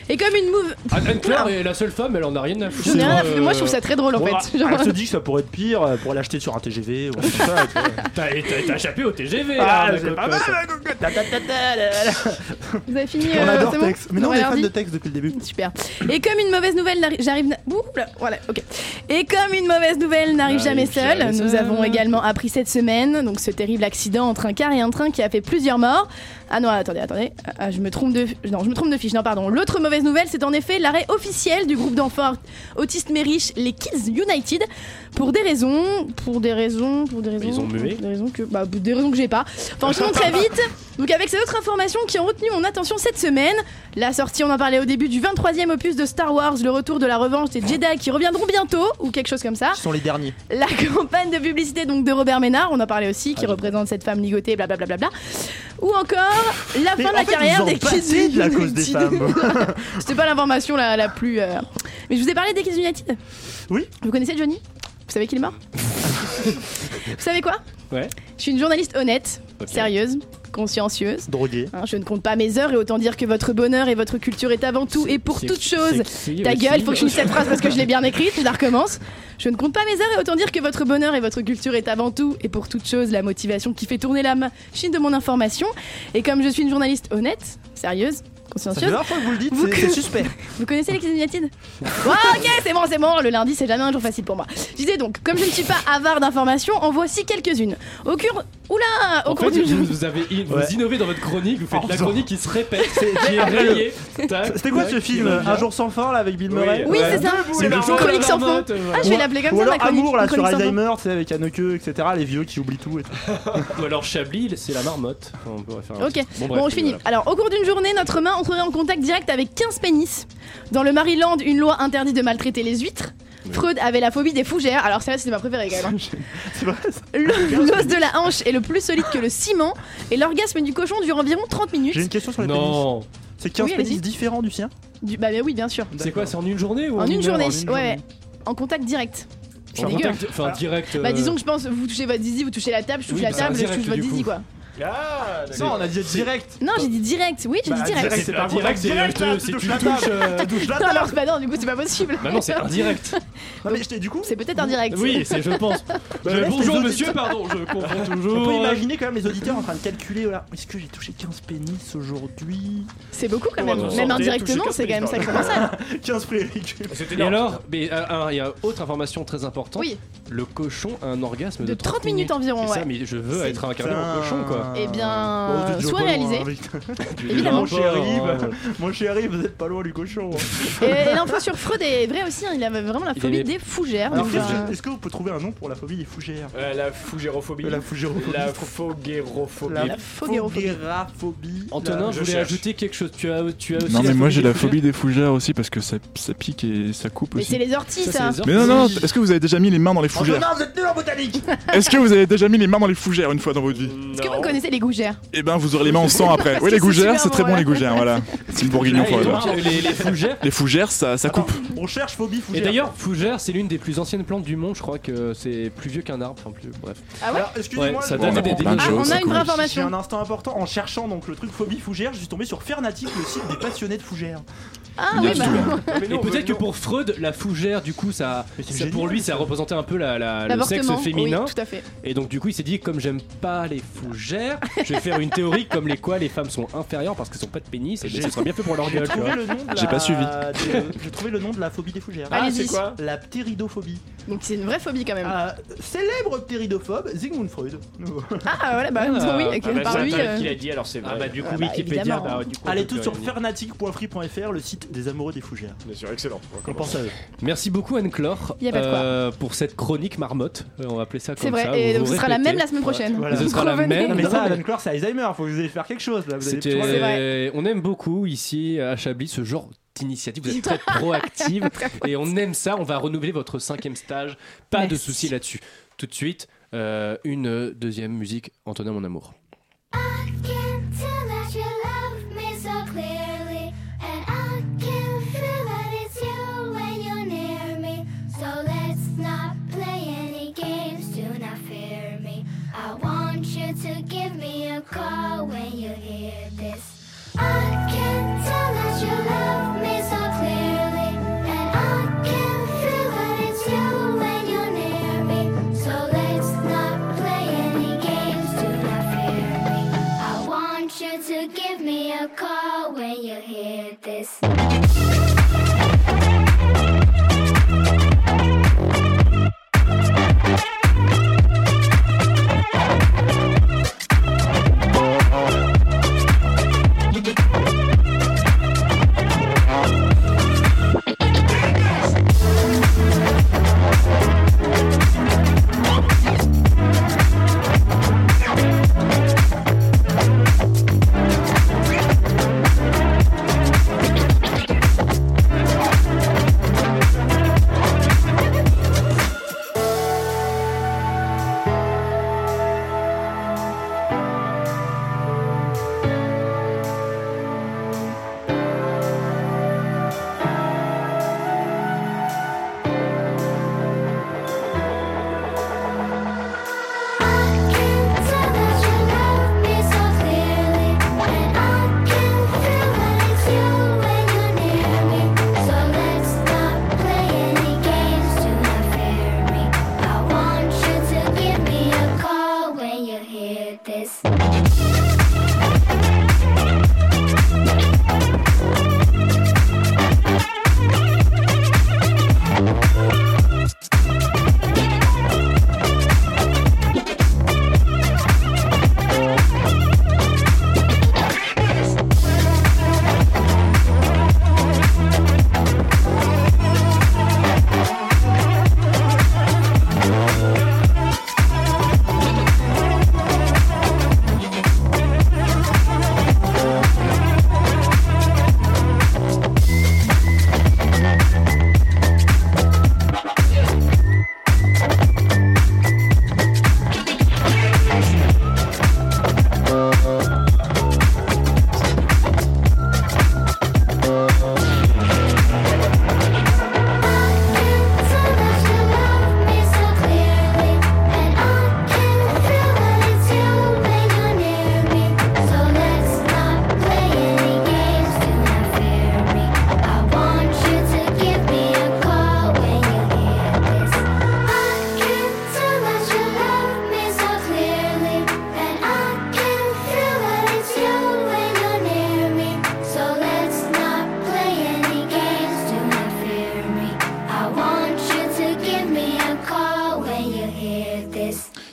Et comme une move.
Anne Claire est la seule femme, elle en a rien à foutre. Euh,
J'en ai rien à foutre. Moi, je trouve ça très drôle en
Bon,
fait.
ah,
Genre-
Elle se dit que ça pourrait être pire euh, pour l'acheter sur un TGV. ou un truc comme ça, tu vois.
T'as t'as- t'as échappé au TGV
Ah,
là, ma
c'est pas
cocotte.
mal, la cocotte. Ta, ta, ta, ta, la, la.
Vous avez fini
On
euh,
adore
c'est bon
Tex. Mais non, on est
alors,
fan
dis.
de Tex depuis le début.
Super. Et comme une mauvaise nouvelle n'arrive- j'arrive na- Ouh là, voilà, OK. Et comme une mauvaise nouvelle n'arrive jamais
N'arrive
seule,
jamais
nous
seule.
avons également appris cette semaine donc ce terrible accident entre un car et un train qui a fait plusieurs morts. Ah non, attendez, attendez. Ah, je me trompe de non, je me trompe de fiche. Non, pardon. L'autre mauvaise nouvelle, c'est en effet l'arrêt officiel du groupe d'enfants autistes mais riches, les Kids United pour des raisons, pour des raisons, pour des raisons.
Ils ont
pour
mué.
Des raisons que bah, des raisons que j'ai pas. Enfin, je monte très vite. Donc avec ces autres informations qui ont retenu mon attention cette semaine, la sortie, on en parlait au début, du 23e opus de Star Wars, le retour de la revanche des Jedi qui reviendront bientôt, ou quelque chose comme ça.
Ils sont les derniers.
La campagne de publicité donc de Robert Ménard, on en parlait aussi,
Ah,
qui représente cette femme ligotée, blablabla. Bla, bla, Ou encore la
Mais
fin de
en
la
fait,
carrière
ils en
des
passent
Kids
de la cause des
United.
femmes.
C'était pas l'information la, la plus. euh, Mais je vous ai parlé des Kids United
Oui.
Vous connaissez Johnny Vous savez qu'il est mort Vous savez quoi
Ouais.
Je suis une journaliste honnête,
Ok.
sérieuse, consciencieuse.
Drogué.
Hein, je ne compte pas mes heures et autant dire que votre bonheur et votre culture est avant tout et pour
c'est-
toute chose.
sexy
Ta
aussi.
gueule, faut que je finisse cette phrase parce que je l'ai bien écrite, je la recommence. Je ne compte pas mes heures et autant dire que votre bonheur et votre culture est avant tout et pour toute chose la motivation qui fait tourner la machine de mon information. Et comme je suis une journaliste honnête, sérieuse,
C'est
consciencieuse,
la première fois que vous le dites,
Vous
c'est-
que-
c'est suspect.
vous connaissez les Kids Wow, ok, c'est bon, c'est bon. Le lundi, c'est jamais un jour facile pour moi. Je disais donc, comme je ne suis pas avare d'informations, en voici quelques-unes. Au cur... Oula Au
En
cours
fait,
du jour.
vous, vous avez i- vous
Ouais.
innovez dans votre chronique, vous faites la
faisant-
chronique qui se répète, qui est
Après le-
rayée. Tac,
C'était quoi
tac,
ce
qui
film
revient.
Un jour sans fin là avec Bill
Oui,
Murray
ouais.
Oui, c'est ça.
Debout, la marmotte,
chronique
la
sans fond.
marmotte, voilà.
Ah, je vais l'appeler comme
Ou
ça, ma
alors
chronique.
Amour là
Une
sur
chronique sans fin.
Alzheimer, tu sais, avec Haneke, etc. Les vieux qui oublient tout. Et tout.
Ou alors Chablis, c'est la marmotte. Enfin, on pourrait faire un
Ok,
petit-
bon,
bref,
je finis.
voilà.
Alors, au cours d'une journée, notre main entrerait en contact direct avec 15 pénis. Dans le Maryland, une loi interdit de maltraiter les huîtres. Freud avait la phobie des fougères. Alors, celle-là, c'était ma préférée quand même. hein.
C'est vrai, ça.
Le- L'os de la hanche est le plus solide que le ciment et l'orgasme du cochon dure environ 30
J'ai une
minutes.
question sur les pénis.
Non
C'est 15
Oui, allez-y.
pénis différents du sien
Du- Bah, mais oui, bien sûr.
C'est quoi, c'est en une journée ou
En une journée,
heure
ouais, ouais. En contact direct. C'est
En
dégueu.
contact- Enfin, direct.
Bah
euh,
disons que je pense, vous touchez votre zizi, vous touchez la table, je touche
Oui,
la
bah, c'est
table, je
direct,
touche votre
du coup.
zizi quoi.
Ah,
d'accord.
non, on a dit direct.
Non, j'ai dit direct, oui, j'ai
Bah,
dit direct.
c'est pas direct, c'est
Direct, là,
euh,
tu
si tu
touches
touches.
la table.
euh,
Tu touches la
Non,
table.
non, bah non, du coup, c'est pas possible.
Bah non, c'est indirect.
Non, mais je t'ai- du coup,
C'est peut-être indirect.
Oui, c'est je pense. Euh,
laisse les
bonjour
auditeurs.
monsieur, Oh. pardon, je comprends
on peut
toujours.
imaginer quand même les auditeurs en train de calculer
oh
voilà, est-ce que j'ai touché 15 pénis aujourd'hui
C'est beaucoup quand
On
même.
va nous
Même
sortir,
indirectement,
toucher
c'est quand même ça
quinze
que ça.
15 pénis.
Et alors, mais, euh, un, il y a autre information très importante.
Oui.
Le cochon a un orgasme de,
De 30 minutes environ,
Et ça,
ouais.
mais je veux être incarné
Putain.
en cochon, quoi.
Eh bien,
Bon, t'es déjà
soit
pas loin,
réalisé.
hein, Victor.
Évidemment.
Mon chéri,
Encore,
bah,
hein.
mon chéri, vous êtes pas loin du cochon. hein.
Et et l'info sur Freud est vraie aussi, hein, il avait vraiment la
Il
phobie
avait-
des fougères.
Alors,
donc,
qu'est-ce
euh,
que- est-ce que vous pouvez trouver un nom pour la phobie des fougères
Euh, la fougérophobie.
La fougérophobie.
La fougérophobie.
la phobérophobie.
fougéraphobie.
Antonin, je
La-
je
voulais
cherche.
ajouter quelque chose. Tu as, tu as euh, aussi
Non, mais
la
moi
phobie
j'ai
des
la
fougères
phobie des fougères aussi parce que ça, ça pique et ça coupe
Mais c'est
aussi.
les hein. orties
Ça, c'est
ça.
les
Mais non, non, est-ce que vous avez déjà mis les mains dans les fougères
Antonin, vous êtes nul en botanique
Est-ce que vous avez déjà mis les mains dans les fougères une fois dans votre vie
Est-ce que vous connaissez les gougères
Eh ben, vous aurez les mains en sang après.
C'est
Oui, les
super
gougères, c'est très
bon,
bon
ouais.
les gougères, voilà. C'est une bourguignon
Ah,
pour
et
la-
donc, les, les fougères.
Les fougères, ça,
Ah,
ça coupe.
On cherche phobie
Et
fougère.
d'ailleurs, fougère, c'est l'une des plus anciennes plantes du monde. Je crois que c'est plus vieux qu'un arbre. Enfin, plus. Bref.
Ah ouais
Alors, excusez-moi,
Ouais, ça
je-
date
on
des
apprend plein de
Ah,
choses,
on
ça
a une vraie
commence.
J'ai
information.
un instant important en cherchant donc le truc phobie fougère, je suis tombé sur Fernatic, le site des passionnés de fougères.
Ah
Il y a
oui, bah.
tout.
Et peut-être que pour Freud, la fougère, du coup, ça,
Mais c'est
ça,
génial,
pour lui, ça représentait un peu la, la- le sexe
L'avortement, oui,
féminin.
tout à fait.
Et donc, du coup, il s'est dit, comme j'aime pas les fougères, je vais faire une théorie comme les quoi les femmes sont inférieures parce qu'elles sont pas de pénis. Et
J'ai-
bien, ça sera bien fait pour leur
J'ai
gueule. tu
trouvé
vois.
le nom de la...
J'ai pas suivi.
de- J'ai trouvé le nom de la phobie des fougères.
Ah, Allez-y.
c'est quoi
La ptéridophobie.
Donc c'est une vraie phobie quand
Ah.
même.
Euh, célèbre ptéridophobe Sigmund Freud.
Ah voilà, bah
Ah,
oui,
Ah bah,
par
c'est
lui.
Antoine
euh,
qui l'a dit, alors c'est vrai.
Ah bah du coup
Ah bah,
Wikipédia,
évidemment.
bah, du coup, on
Allez
peut
tous
plus
sur
rien dire.
fernatic.free.fr, le site des amoureux des fougères.
Bien sûr, Ah, excellent.
On pense à eux.
Merci beaucoup Anne Clore
Y a pas de quoi.
euh, pour cette chronique marmotte. Euh, on va appeler ça comme
C'est vrai,
ça.
et
vous
donc ce sera la
répétez.
même la semaine prochaine.
Voilà.
Ce
Vous
sera la
revenez.
même.
Non mais
Non,
ça,
mais-
Alan Clark, c'est Alzheimer, faut que vous ayez faire quelque chose là. Vous avez-
C'était-
C'est vrai.
On aime beaucoup ici à Chablis ce genre d'initiative. Vous êtes très proactive et on aime ça. On va renouveler votre cinquième stage. Pas de
Merci.
souci là-dessus. Tout de suite, euh, une deuxième musique. Antonin, mon amour.
can tell that you love me so clearly, and I can feel that it's you when you're near me. So let's not play any games, do not fear me. I want you to give me a call when you hear this. I can tell that you love.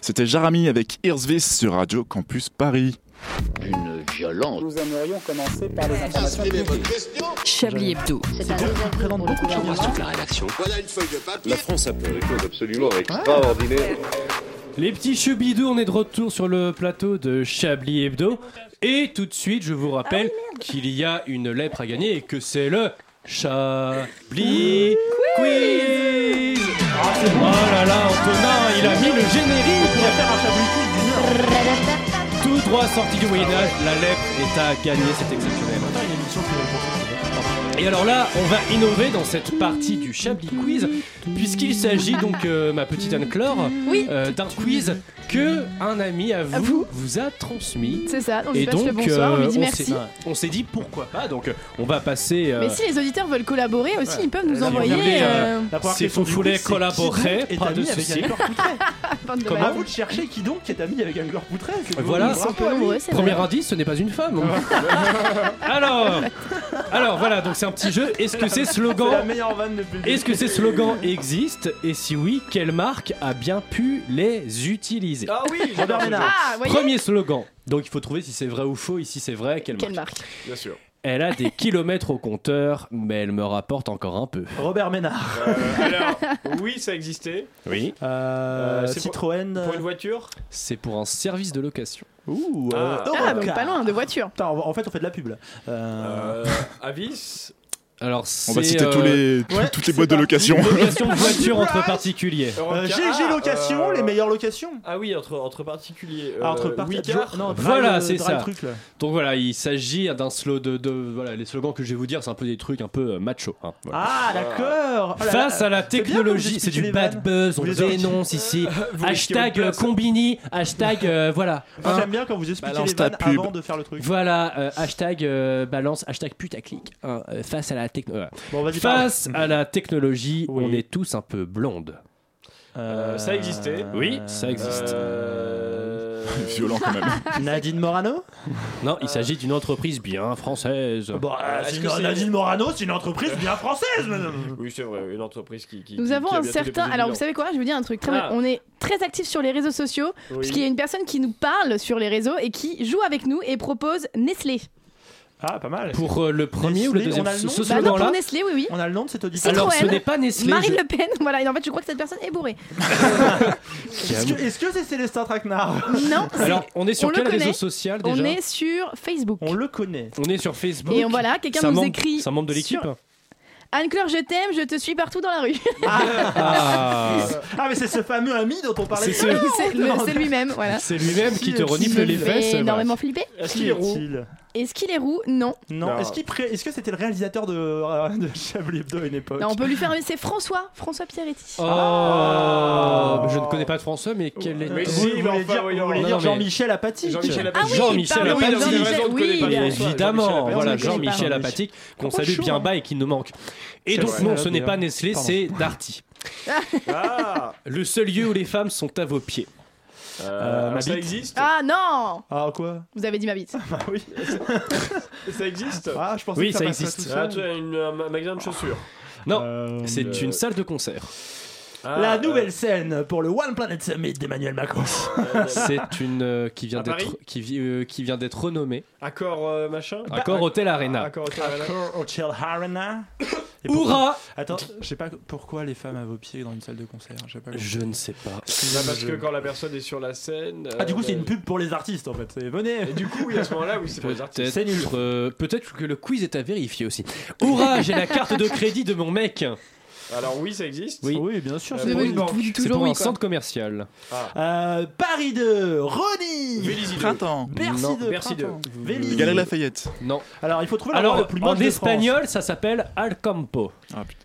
C'était Jarami avec Irsvis sur Radio Campus Paris.
Une violente.
Nous aimerions commencer par les informations
Chablis Hebdo.
C'est un désaveu pour le gouvernement.
la rédaction. Voilà une feuille de papier. La France a fait des choses absolument extraordinaires.
Les petits chubidous, on est de retour sur le plateau de Chablis Hebdo. Et tout de suite, je vous rappelle
Ah
qu'il y a une lèpre à gagner et que c'est le Chablis Quiz. Ah, c'est bon. Oh là là, Antonin, il a mis le générique. Tout droit sorti du Moyen-Âge,
Ah
la lèpre est à gagner, c'est exceptionnel. Et alors là, on va innover dans cette partie du Chablis Quiz, puisqu'il s'agit donc, euh, ma petite Anne-Claire,
Oui.
euh, d'un quiz que un ami à vous, vous. a transmis.
C'est ça, on lui
Et
passe
donc,
le bonsoir, on
euh,
lui dit
on
merci.
s'est- on s'est dit pourquoi pas, donc euh, on va passer. euh,
Mais si les auditeurs veulent collaborer aussi, ils peuvent nous
si vous
envoyer.
voulez, euh,
euh,
La première
si
question
vous
du
voulez
quiz, c'est
collaborer,
qui donc est
pas de
ami avec
souci.
Anne-Claire Poutret
bande de
Comment
malades.
vous le cherchez Qui donc qui est ami avec Anne-Claire Poutret C'est
Bah Voilà.
vous,
Ils sont
bravo
peu
à lui.
nombreux, c'est
Premier
vrai.
indice, ce n'est pas une femme. alors, alors voilà, donc c'est un petit jeu. Est-ce que ces
C'est la
slogans,
meilleure vanne depuis le
est-ce que ces slogans existent Et si oui, quelle marque a bien pu les utiliser
Ah oui, Robert Ménard.
Ah, voyez
Premier slogan. Donc il faut trouver si c'est vrai ou faux. Ici c'est vrai, quelle marque
Quelle marque
Bien sûr.
Elle a des kilomètres au compteur, mais elle me rapporte encore un peu.
Robert Ménard.
Euh, alors, oui, ça existait.
Oui.
Euh,
c'est pour-
Citroën.
Pour une voiture
C'est pour un service de location.
Ouh.
Ah.
euh,
Ah, donc
Eurocar.
pas loin, de voiture.
Putain, on va- en fait, on fait de la pub. là. Euh,
euh, Avis
Alors
On va
c'est,
citer
euh,
tous les, tout-
ouais,
toutes les
c'est
boîtes de
parti.
location.
location de voiture entre particuliers.
Oh.
euh,
Eurocar.
GG
Ah,
Location,
euh,
les meilleures locations.
Ah oui, entre, entre particuliers.
Ah, entre
euh,
parties-
Wicard.
Jo- non, Drive-
Voilà,
euh,
c'est
Drive
ça.
Truc, là.
Donc voilà, il s'agit d'un slow de, de- voilà les slogans que je vais vous dire, c'est un peu des trucs un peu euh, macho. hein, voilà.
Ah, d'accord. Oh là là.
Face à la
bien comme vous
technologie, c'est
expliquez
du
les
bad
vannes.
buzz, on
Vous
le
les avez-
dénonce ici.
Vous étiez
hashtag
aux
euh,
places.
combini, hashtag euh, voilà.
Moi,
hein,
J'aime bien quand vous expliquez
Balance
les
ta
vannes
pub.
avant de faire le truc.
voilà, euh, hashtag euh, balance, hashtag putaclic. hein, euh, face à la technologie.
Bon, vas-y. parle.
Face à la technologie,
Oui.
on est tous un peu blondes.
Euh, ça existait.
Oui, ça existe.
Euh,
Violent quand même.
Nadine Morano
Non, il s'agit d'une entreprise bien française.
Euh. Bon, euh,
Est-ce
c'est
que
une-
c'est-
Nadine Morano, c'est une entreprise bien française, madame.
Oui, c'est vrai, une entreprise qui. qui-
Nous
qui-
avons
qui a
un
bientôt
certain.
déposé le
Alors, vous
bilan.
savez quoi Je vais vous dire un truc très mal.
Ah.
On est très actifs sur les réseaux sociaux,
Oui.
puisqu'il y a une personne qui nous parle sur les réseaux et qui joue avec nous et propose Nestlé.
Ah, pas mal.
Pour euh, le premier ou le
Nestlé,
deuxième
on a le
ce,
nom
ce
Bah non, pour
slogan-là
Nestlé, oui, oui.
On a le nom de cet auditeur.
Alors, ce
Citroën,
n'est pas Nestlé.
Marine
je-
Le Pen, voilà, et en fait je crois que cette personne est bourrée.
Est-ce que est-ce que c'est Célestin Traquenard
Non, c'est-
Alors, on est sur
On le
quel
connaît.
réseau social déjà
on est sur Facebook.
On le connaît.
On est sur Facebook.
Et on- voilà, quelqu'un
C'est un
nous
membre-
écrit
C'est un membre de l'équipe hein.
sur- Anne-Claire, je t'aime, je te suis partout dans la rue.
Ah,
Ah, mais c'est ce fameux ami dont on parlait.
C'est ce-
c'est le- c'est lui-même, voilà.
C'est lui-même qui te
Qui
renifle
me
les
fait
fesses. voilà.
énormément flipper.
Est-ce qu'il
Qui
est roux
est-il
Est-ce qu'il est roux Non.
Non.
Non.
Est-ce qu'il pré- est-ce que c'était le réalisateur de, euh, de Chablis Hebdo à une époque
Non, on peut lui faire un. C'est François, François Pierretti.
Oh,
Ah.
mais Je ne connais pas de François, mais quel est.
Euh,
Mais
vous,
si,
vous
mais
voulez
enfin,
dire, vous
voyons.
voulez
Non,
dire
mais-
Jean-Michel Apathy
Jean-Michel
Ah oui,
Apathy.
Jean-Michel
pardon,
Apathy.
Jean-Michel,
Jean-Michel,
raison, on ne
oui,
connaît pas
bien
François,
sûr.
Jean-Michel
Évidemment,
Apathy.
voilà
Jean-Michel
Jean-Michel
Apathy.
Apathy, qu'on
Pourquoi
salue
chaud,
bien
hein
bas et qui nous manque. Et
C'est
donc,
vrai,
non, ce n'est
d'ailleurs.
pas Nestlé,
Pardon.
c'est Darty.
Ah,
Le seul lieu où les femmes sont à vos pieds.
euh,
ma
Ça
bite.
existe
Ah non
Ah quoi
Vous avez dit ma
Ah
bite.
Bah oui.
Ça existe
Ah, je pensais
Oui,
que ça,
ça
passait
existe.
tout seul.
Ah, tu as une, un un magasin de chaussures.
Non,
Euh,
c'est
euh,
une salle de concert.
Ah,
La
euh,
nouvelle scène pour le One Planet Summit d'Emmanuel Macron.
euh,
Ah.
C'est une euh, qui vient
À Paris
d'être qui, vit- euh, qui vient d'être renommée.
Accord euh, machin
Ah.
Bah,
Accor Hotel
Ah,
Arena.
Accord Hotel Arena.
Accor Hotel Arena. Et pourquoi-
Hourra
Attends, je sais pas pourquoi les femmes à vos pieds dans une salle de concert. Je sais pas.
Je ne sais pas.
Bah, parce que quand la personne est sur la scène.
Ah, du
euh,
coup, c'est une pub pour les artistes en fait. C'est- Venez.
Et du coup, oui, à ce moment-là, oui, c'est pour les artistes.
C'est nul.
Peut-être euh, peut-être que le quiz est à vérifier aussi. Hourra, j'ai la carte de crédit de mon mec.
Alors, oui, ça existe.
Oui.
bien sûr.
Euh,
c'est
pour
bon.
une banque.
dites
C'est pour
oui,
un
quoi.
centre commercial.
Ah.
Euh, Paris 2, Ronnie.
Vélizy.
Printemps.
Bercy
Non,
2.
Bercy
printemps. Vélizy.
Galerie Lafayette.
Non.
Alors, il faut trouver l'endroit
Alors,
le plus moche
en
de France.
espagnol, ça s'appelle Alcampo.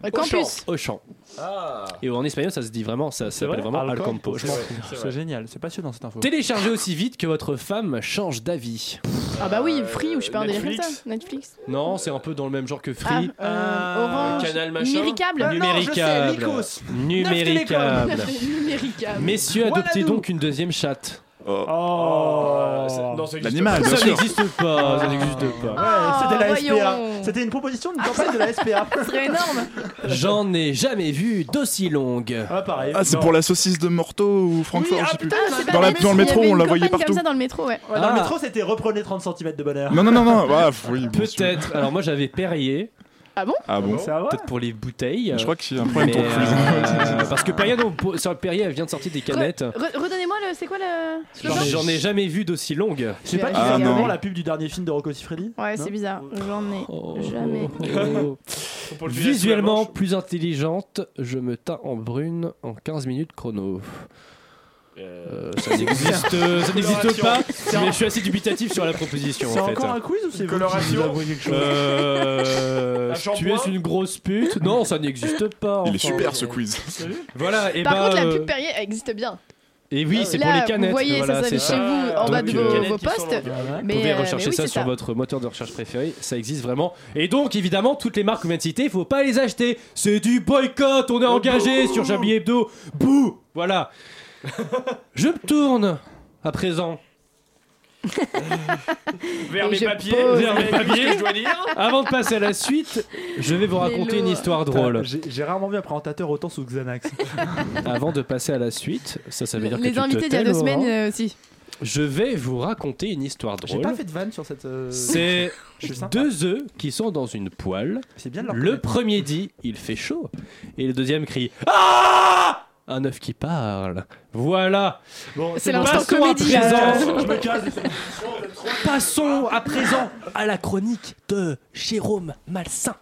Le campus.
Auchan.
Ah
Oh.
Et en espagnol, ça se dit vraiment, ça s'appelle vraiment Alcampo.
Je
Je
m'en
pense.
C'est
fous.
vrai, c'est
C'est
vrai.
génial. C'est passionnant cette info.
Téléchargez aussi vite que votre femme change d'avis.
Ah bah oui,
Euh,
Free ou je sais pas, un délire comme
Netflix.
ça. Netflix.
Non, c'est un peu dans le même genre que
Ah,
Free.
euh, Orange.
Canal machin.
Numéricable.
Ah, non, je sais,
Numéricable.
Lycos.
Numéricable.
Numéricable.
Messieurs,
Voilà
adoptez
nous.
donc une deuxième chatte.
Oh. Ah. Euh,
L'animal, bien
Ça
sûr.
n'existe pas, Ah, ça n'existe pas.
Ouais, c'était la
voyons.
SPA. C'était une proposition d'une campagne de la SPA.
Ce serait énorme.
J'en ai jamais vu d'aussi longue.
Ah, pareil.
Ah, c'est pour la saucisse de Morteau ou Francfort,
Oui,
je
ah,
sais plus.
putain, c'est pas
dans, la-
bête,
dans le
il y
métro,
avait
on
une
la voyait
Campagne
partout.
comme ça dans le métro, ouais.
Ouais, Dans
Ah.
le métro, c'était reprenez 30 cm de bonheur.
Non, non, non, non, bah, oui, bien sûr.
Peut-être. Alors moi j'avais Perrier.
Ah bon
Ah bon
Ça va
Peut-être pour les bouteilles.
Je crois qu'il y a un problème
Mais,
pour
euh, parce que Perrier, non, pour- sur Perrier elle vient de sortir des canettes.
Re- Redonnez-moi le. C'est quoi le.
J'en
slogan
j'en ai jamais vu d'aussi longue.
Je sais pas qui
Ah,
fait
non.
avant la pub du dernier film de Rocco Siffredi
Ouais, c'est bizarre. J'en ai jamais.
Oh. Visuellement plus intelligente, je me teins en brune en 15 minutes chrono. Euh, ça n'existe, ça n'existe pas, mais je suis assez dubitatif sur la proposition
C'est
en fait.
encore un quiz ou c'est vous
Coloration.
qui nous avouez quelque chose
Euh,
Un
tu
shampoing
es une grosse pute Non, ça n'existe pas.
Il est
enfin.
super ce quiz.
Voilà, et
Par
ben,
contre, la
euh,
pub Perrier elle existe bien.
Et oui, c'est pour
Là,
les canettes.
Vous voyez,
voilà,
ça, ça
c'est
chez
ça.
vous, en
Donc,
bas de
euh,
vos,
canettes
vos postes.
Ah,
Mais,
vous pouvez
euh, mais
rechercher
oui,
ça
c'est
sur votre moteur de recherche préféré, ça existe vraiment. Et donc, évidemment, toutes les marques que vous venez de citer, il faut pas les acheter. C'est du boycott, on est engagé sur Chablis Hebdo. Bouh Voilà. je me tourne à présent
Vers
Et
mes
je
papiers,
pose.
vers mes papiers,
Papier.
je dois lire.
Avant de passer à la suite, je vais vous raconter une
lourd.
histoire
Putain,
drôle.
J'ai j'ai rarement vu un présentateur autant sous Xanax.
Avant de passer à la suite, ça, ça veut dire que
Les
tu te
invités d'il y a deux
tais, Laurent.
semaines euh, aussi.
Je vais vous raconter une histoire
J'ai
drôle.
pas fait de vanne sur cette. euh,
C'est
je suis sympa.
deux œufs qui sont dans une poêle.
C'est bien de leur
Le premier dit il fait chaud et le deuxième crie ah un œuf qui parle. Voilà.
Bon,
C'est
bon.
l'instant
Passons à
comédie. euh.
présent.
Je me casse.
Passons à présent à la chronique de Jérôme Malsain.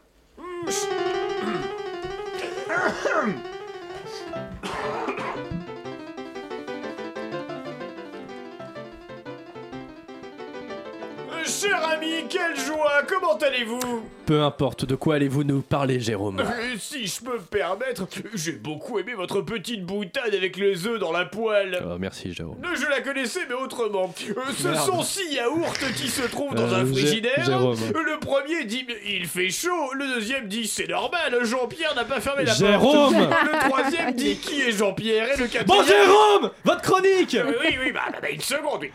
Euh, Cher ami, quelle joie, comment allez-vous
Peu importe de quoi allez-vous nous parler, Jérôme.
Euh, Si je peux me permettre, j'ai beaucoup aimé votre petite boutade avec les œufs dans la poêle.
Oh, merci, Jérôme.
Euh, Je la connaissais, mais autrement. Euh, ce
Merde.
sont six yaourts qui se trouvent dans
Euh,
un
Jé-
frigidaire.
Jérôme.
Euh, Le premier dit mais il fait chaud. Le deuxième dit c'est normal. Jean-Pierre n'a pas fermé la porte.
Jérôme
Le troisième dit qui est Jean-Pierre et le
Bon,
quatrième.
Jérôme, votre chronique.
Euh, Oui, oui, bah, bah, bah, une seconde. Oui.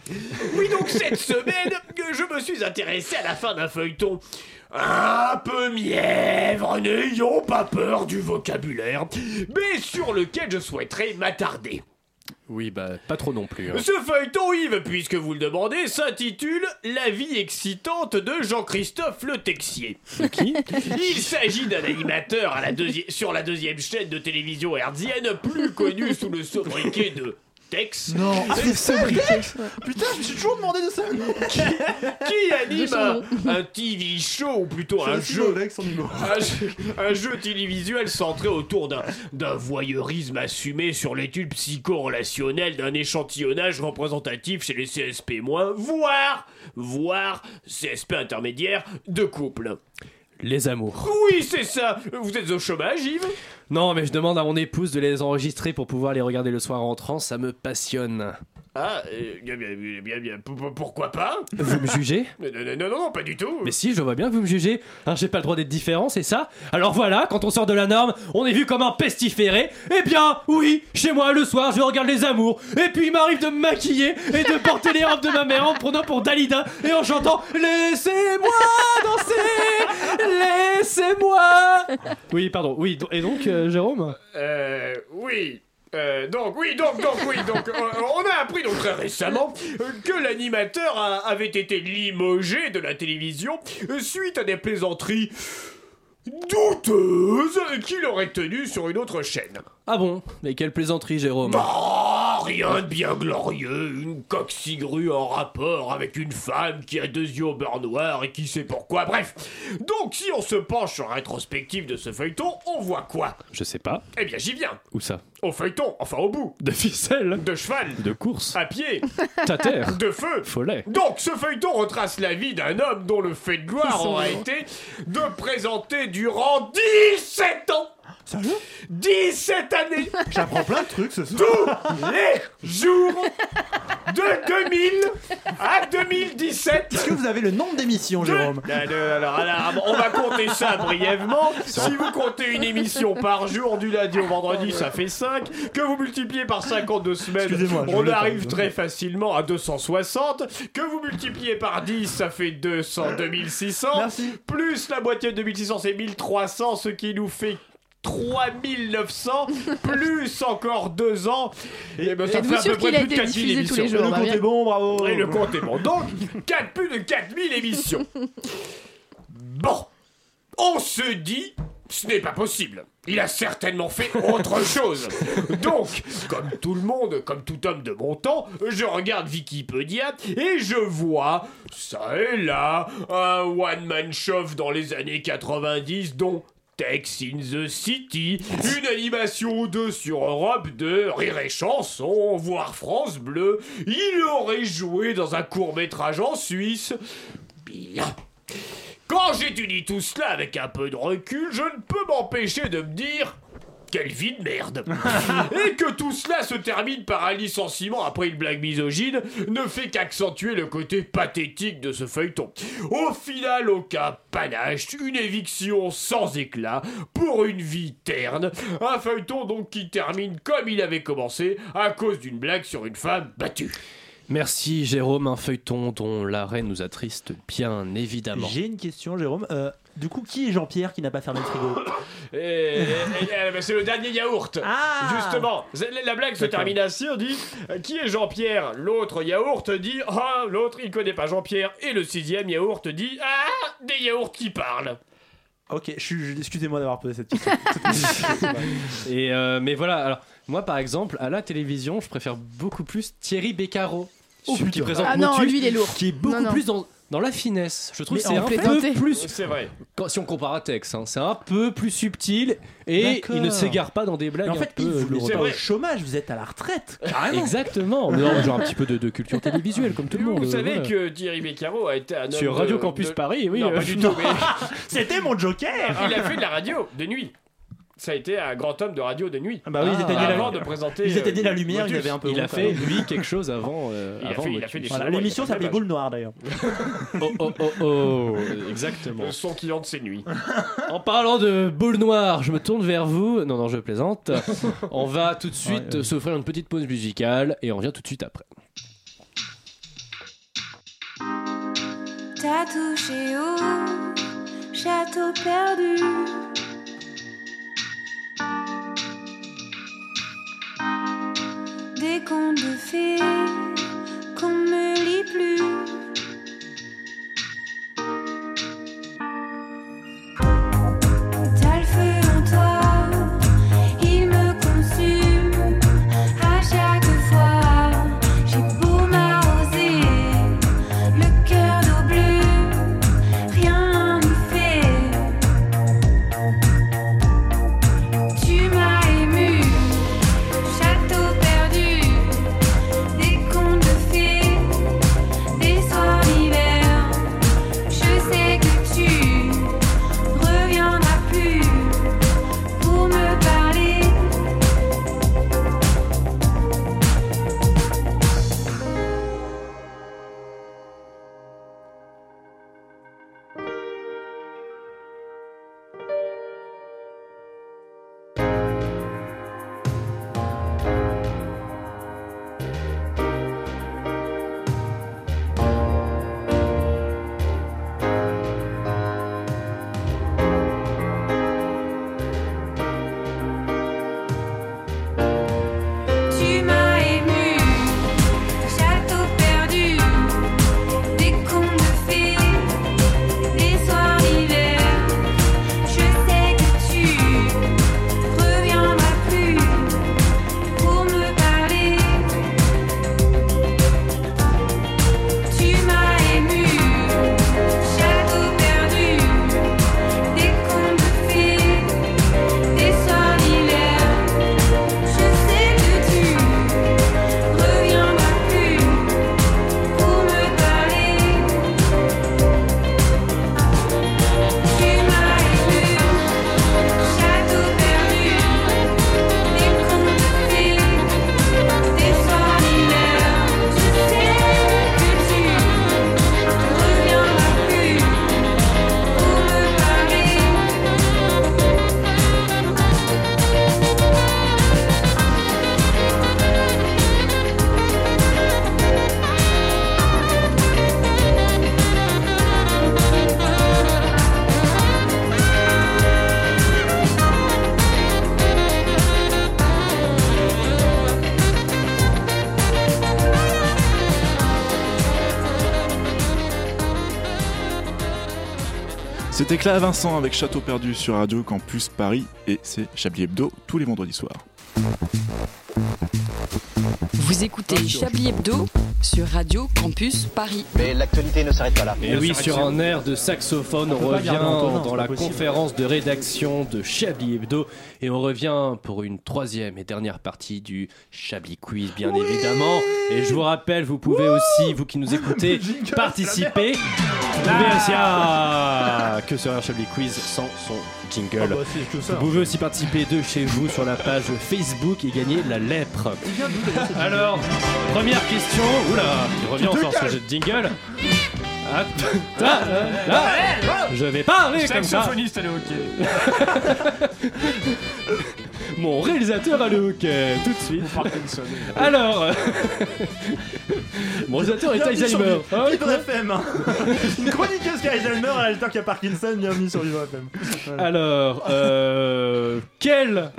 Oui, donc cette semaine, euh, je me suis intéressé à la fin d'un feuilleton. Un peu mièvre, n'ayons pas peur du vocabulaire, mais sur lequel je souhaiterais m'attarder.
Oui, bah pas trop non plus. hein.
Ce feuilleton, Yves, puisque vous le demandez, s'intitule La vie excitante de Jean-Christophe Le Texier.
qui
Il s'agit d'un animateur à la deuxi- sur la deuxième chaîne de télévision hertzienne, plus connu sous le sobriquet de Tex.
Non, Ah, c'est Tex Putain, je me suis toujours demandé de ça.
qui
De
anime
son
un, un TV show ou plutôt un jeu,
Alex, son humour.
un jeu un jeu télévisuel centré autour d'un- d'un voyeurisme assumé sur l'étude psycho-relationnelle d'un échantillonnage représentatif chez les CSP-, voire, voire CSP intermédiaire de couple.
Les amours.
Oui, c'est ça Vous êtes au chômage, Yves
Non, mais je demande à mon épouse de les enregistrer pour pouvoir les regarder le soir en rentrant. Ça me passionne.
Ah, euh, bien, bien, bien, bien, p- p- pourquoi pas
Vous me jugez
Non, non, non, non, pas du tout
Mais si, je vois bien que vous me jugez. Hein, J'ai pas le droit d'être différent, c'est ça Alors voilà, quand on sort de la norme, on est vu comme un pestiféré. Eh bien, oui, chez moi, le soir, je regarde les amours. Et puis il m'arrive de me maquiller et de porter les robes de ma mère en me prenant pour Dalida et en chantant Laissez-moi danser Laissez-moi Oui, pardon. Oui, do- et donc, euh, Jérôme
Euh, oui. Euh, donc oui, donc donc oui, donc euh, on a appris donc très récemment euh, que l'animateur a- avait été limogé de la télévision euh, suite à des plaisanteries douteuses qu'il aurait tenues sur une autre chaîne.
Ah bon Mais quelle plaisanterie, Jérôme
Bah, rien de bien glorieux, une coxigrue en rapport avec une femme qui a deux yeux au beurre noir et qui sait pourquoi. Bref, donc si on se penche sur la rétrospective de ce feuilleton, on voit quoi
Je sais pas.
Eh bien j'y viens.
Où ça
Au feuilleton, enfin au bout.
De ficelle
De cheval.
De course
À pied.
Tater
De feu.
Follet
Donc, ce feuilleton retrace la vie d'un homme dont le fait de
Ils
gloire
sont
aura
bons.
été de présenter durant 17 ans,
Sérieux
17 années,
J'apprends plein de trucs ce soir.
tous les jours, de 2000 à 2017.
Est-ce que vous avez le nombre d'émissions, Jérôme
Alors, alors, on va compter ça brièvement. Si vous comptez une émission par jour, du lundi au vendredi, ça fait 5. Que vous multipliez par 52 semaines,
Excusez-moi, je
on
voulais
arrive
pas-
très facilement à 260. Que vous multipliez par 10, ça fait 200, 2600. Plus la moitié de 2600, c'est 1300, ce qui nous fait 3900 plus encore deux ans et ben, ça
Êtes-vous
fait à
sûr
peu près
qu'il a
plus de
été
4000
diffusé tous
émissions
les jours,
le compte
Maria
est bon bravo
Oh.
et le compte est bon donc quatre- plus de 4000 émissions bon on se dit ce n'est pas possible il a certainement fait autre chose donc comme tout le monde comme tout homme de mon temps je regarde Wikipédia et je vois ça et là un one man show dans les années 90 dont Tex in the City, une animation 2 sur Europe de Rire et Chanson, voire France Bleu. Il aurait joué dans un court métrage en Suisse. Bien. Quand j'étudie tout cela avec un peu de recul, je ne peux m'empêcher de me dire quelle vie de merde. Et que tout cela se termine par un licenciement après une blague misogyne ne fait qu'accentuer le côté pathétique de ce feuilleton. Au final, aucun panache, une éviction sans éclat pour une vie terne. Un feuilleton donc qui termine comme il avait commencé à cause d'une blague sur une femme battue.
Merci Jérôme, un feuilleton dont l'arrêt nous attriste bien évidemment.
J'ai une question, Jérôme. Euh, du coup, qui est Jean-Pierre qui n'a pas fermé le frigo
Eh, eh, eh, eh, c'est le dernier yaourt.
Ah.
Justement, c'est- la- la blague se
D'accord.
termine ainsi. On dit euh, qui est Jean-Pierre L'autre yaourt dit ah l'autre il connaît pas Jean-Pierre et le sixième yaourt dit ah des yaourts qui parlent.
Euh,
Ok, je suis- je- excusez-moi d'avoir posé cette question.
Et euh, mais voilà, alors moi par exemple, à la télévision, je préfère beaucoup plus Thierry Beccaro,
Oh,
celui qui présente
Ah non,
Motus,
lui, il est lourd.
qui est beaucoup
Non, non.
plus dans, dans la finesse. Je trouve
Mais
que c'est
en
un
fait,
peu
tenté.
plus.
C'est vrai.
Quand, si on compare à Tex, hein, c'est un peu plus subtil et il ne s'égare pas dans des blagues.
En fait,
un peu
vous
lourdes.
n'êtes pas au chômage, vous êtes à la retraite. Carrément.
Exactement. Mais non, genre un petit peu de, de culture télévisuelle comme tout le monde. euh,
Vous savez
voilà.
que Thierry Beccaro a été un homme
Sur
de-
Radio Campus
de-
Paris, oui,
Non,
euh,
pas du
non.
tout. mais-
C'était mon joker.
il a fait de la radio de nuit. Ça a été un grand homme de radio de nuit.
Bah oui, ils éteignaient la-
avant de présenter.
ils éteignaient
euh,
la lumière, il
Motus.
avait un peu
Il a
honte,
fait
alors.
lui quelque chose avant. euh,
Il a
avant
fait- il a
Motus.
fait des
Voilà,
choses.
L'émission s'appelait Boule Noire d'ailleurs.
Oh oh oh oh, exactement.
Le son qui hante ses nuits.
En parlant de boule noire, je me tourne vers vous. Non, non, je plaisante. On va tout de suite s'offrir une petite pause musicale et on revient tout de suite après.
T'as touché au château perdu. Des contes de fées qu'on ne lit plus. T'as le feu en toi, il me consume. À chaque fois, j'ai beau m'arroser. Le cœur d'eau bleue, rien n'y fait. Tu m'as ému, château perdu, des contes
C'était Clara Vincent avec Château Perdu sur Radio Campus Paris et c'est Chablis Hebdo tous les vendredis soirs.
Vous écoutez Chablis Hebdo sur Radio Campus Paris.
Mais l'actualité ne s'arrête pas là.
Et oui, sur un air de saxophone, on,
peut pas
revient
garder Antonin,
dans
c'est
la
pas possible.
conférence de rédaction de Chablis Hebdo et on revient pour une troisième et dernière partie du Chablis Quiz, bien évidemment. Et je vous rappelle, vous pouvez aussi, vous qui nous écoutez, participer. Vous pouvez aussi- Ah, que serait un Chablis Quiz sans son jingle
Ah bah, c'est que ça.
Vous pouvez aussi participer de chez vous sur la page Facebook et gagner la lèpre. Alors, première question. Oula, il revient encore ce jeu de jingle. Ah, là, là, je vais parler comme ça.
Saxophoniste, elle est ok.
Mon réalisateur a le hockey, tout de suite.
euh,
Alors, mon réalisateur est
Bienvenue sur
Alzheimer. Ah
Vi- Vivre FM. Une chroniqueuse qui a Alzheimer, un réalisateur qui a Parkinson, bienvenue sur Vivre FM. Voilà.
Alors, euh, quelle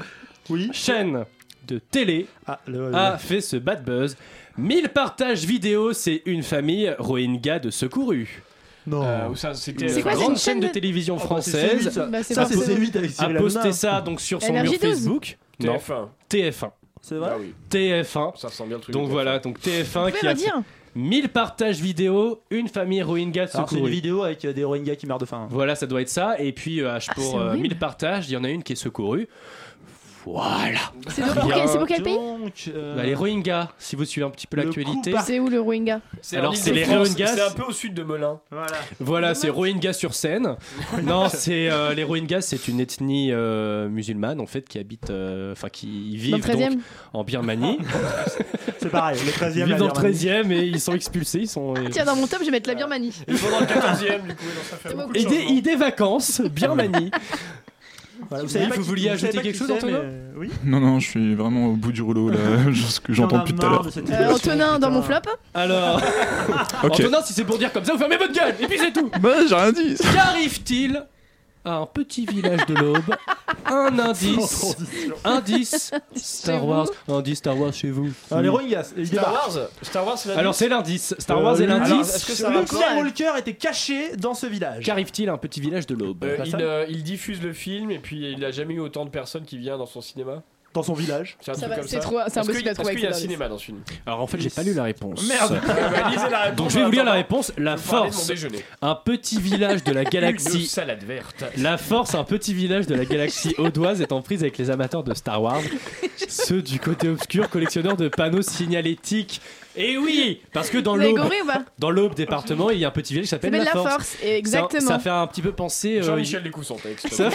chaîne de télé
Ah,
a fait ce bad buzz 1000 partages vidéo, c'est une famille Rohingya de secourus.
Non.
Ah,
C'était une grande chaîne de télévision
Oh,
française.
Bah,
Ça, c'est C8 avec
a
Cyril
posté
Hanouna. hein.
ça donc sur son mur
NRJ12.
Facebook. Non.
TF1.
TF1.
C'est vrai
TF1.
Ah Ça sent bien le truc.
Donc
de
voilà, donc
Vous
TF1 qui
pouvez
a
me dire
1000 partages vidéo, une famille Rohingya
Alors, c'est une
secourue.
vidéo avec euh, des Rohingyas qui meurent de faim.
Voilà, ça doit être ça. Et puis euh, H
c'est
pour euh,
horrible.
1000 partages, il y en a une qui est secourue. Voilà.
C'est
Ah,
donc pour quel- c'est pour quel pays
euh,
Bah, les Rohingyas, si vous suivez un petit peu l'actualité.
C'est où le Rohingya
Alors c'est les
C'est un
Rohingyas.
peu au sud de Melun.
Voilà.
Voilà, c'est Rohingyas sur scène. non, c'est euh, les Rohingyas, c'est une ethnie euh, musulmane en fait qui habite, euh, enfin qui
Dans
vivent
le 13e.
donc en Birmanie.
C'est pareil, les 13e.
Ils vivent
la
dans le
Birmanie.
13e et ils sont expulsés, ils sont. euh,
Tiens, dans mon top, je vais mettre la Birmanie.
Ah.
Et des, et des vacances, Birmanie.
Voilà,
savez
vous savez pas
vous
qui-
vouliez
vous
ajouter
savez pas
quelque
qui
chose,
c'est,
Antonin
mais, euh, Oui.
Non, non, je suis vraiment au bout du rouleau là, ce que j'entends depuis tout à l'heure.
Euh, Antonin, dans mon flop
Alors,
Ok.
Antonin, si c'est pour dire comme ça, vous fermez votre gueule et puis c'est tout.
Bah, j'ai rien dit.
Qu'arrive-t-il à un petit village de l'Aube Un indice, indice Star Wars, indice Star Wars chez vous. Hmm.
Ah, les Rohingyas, ils
Star
débarquent.
Wars Star Wars, c'est
Alors c'est l'indice. Star Wars est
Euh, Alors,
l'indice.
est-ce que ça Luke Skywalker était caché dans ce village.
Qu'arrive-t-il à un petit village de l'Aube
Euh, il, euh, il diffuse le film et puis il a jamais eu autant de personnes qui viennent dans son cinéma.
Dans son village.
C'est un
Ça
truc
va,
comme
c'est
ça.
trop- c'est
Parce
impossible
qu'il-
à trouver
Parce qu'il y a un
avec les
cinéma dans ce film.
Alors en fait, j'ai pas lu la réponse.
Merde. Bah, lisez la réponse
Donc je vais
en
vous lire la
attendant.
réponse. La
Je vais vous parler de mon
force.
déjeuner.
Un petit village de la
Une
galaxie. Euh,
salade verte.
La force, un petit village de la galaxie audoise est en prise avec les amateurs de Star Wars, ceux du côté obscur, collectionneurs de panneaux signalétiques. Et oui, parce que dans
Vous avez
l'aube,
goré ou pas
dans l'aube département, il y a un petit village qui s'appelle
Ça
la,
s'appelle La Force, et exactement.
Ça, ça fait un petit peu penser. euh,
Jean-Michel Lécou son texte.
ça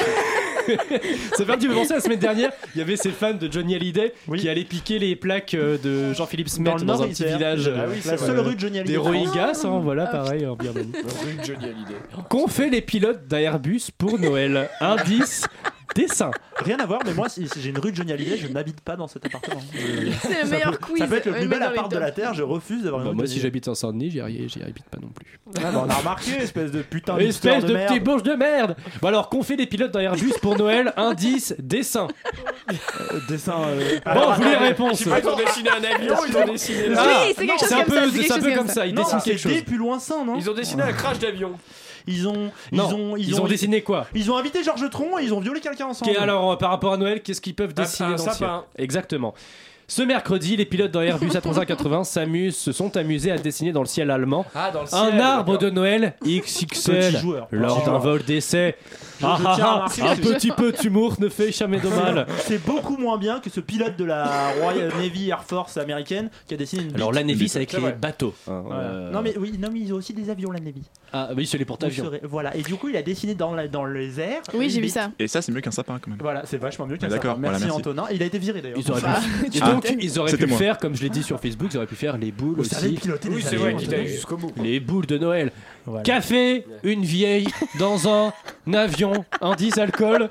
ça fait un petit peu penser la semaine dernière, il y avait ces fans de Johnny Hallyday qui allaient piquer les plaques euh, de Jean-Philippe Smet dans,
Dans le
un
Nord
petit
Isère.
village. euh,
Ah oui, c'est La vrai. seule rue de Johnny
Des
Hallyday.
Rohingyas, hein, voilà,
Ah,
pareil, en Birmanie.
Rue de Johnny Hallyday.
Qu'ont fait les pilotes d'Airbus pour Noël Indice dessin.
Rien à voir, mais moi, si si j'ai une rue de Johnny Hallyday, je n'habite pas dans cet appartement.
C'est euh, le
Ça
meilleur
peut-
quiz.
Ça peut être le
Ouais,
plus
mais
bel
dans les
appart de
tops.
la Terre, je refuse d'avoir
Bah,
une
moi,
rue de
si j'habite en Saint-Denis, j'y arri- j'y habite pas non plus.
Ah, bah, on a remarqué, espèce de putain d'histoire
Espèce
de
de,
merde.
petit bourge de merde Bon alors, qu'ont fait les pilotes dans Airbus pour Noël Indice, dessin.
dessin... euh,
Bon, vous les réponses
Ils ont dessiné un avion, ils ont dessiné.
Ah, Oui, c'est quelque non, chose c'est un comme peu- ça, c'est quelque c'est un chose peu comme comme ça. ça, ils
Non,
dessinent
c'est
quelque chose.
des plus loin ça, non
Ils ont dessiné un crash d'avion.
Ils ont... Ils
Non,
ont...
ils ont dessiné quoi
Ils ont invité Georges Tron et ils ont violé quelqu'un ensemble.
Qu'est- alors, euh, par rapport à Noël, qu'est-ce qu'ils peuvent dessiner
un
dans le ciel
sapin.
Exactement. Ce mercredi, les pilotes dans Airbus A380 s'amusent, se sont amusés à dessiner dans le ciel allemand
Ah, dans le
un
ciel,
arbre
d'accord.
de Noël
Petit
XXL
joueur, petit
lors d'un
joueur.
vol d'essai.
Je- je
Ah, ah,
tiens à
ah,
remarquer
un
que-
petit peu d'humour ne fait jamais de mal.
C'est beaucoup moins bien que ce pilote de la Royal Navy Air Force américaine qui a dessiné une.
Alors
bite.
la Navy, c'est avec
C'est
les
vrai.
bateaux. hein,
Voilà.
euh,
Non mais oui, non mais ils ont aussi des avions la Navy.
Ah oui, c'est les porte-avions.
Vous serez- Voilà et du coup il a dessiné dans, la- dans les airs.
Oui, j'ai
une
vu
bite.
ça.
Et ça, c'est mieux qu'un sapin quand même.
Voilà, c'est vachement mieux qu'un
Ah, d'accord,
sapin. Merci,
voilà, merci.
Antonin. Il a été viré d'ailleurs.
Ils auraient pu, Et
Ah,
donc, ils auraient
c'était
pu
moi.
faire, comme je l'ai dit sur Facebook, ils auraient pu faire les boules
Vous savez
aussi.
piloter des
Oui, c'est
avions,
vrai qu'ils
Antonin.
allaient jusqu'au bout.
Les boules de Noël. Café, une vieille dans un avion, indice alcool.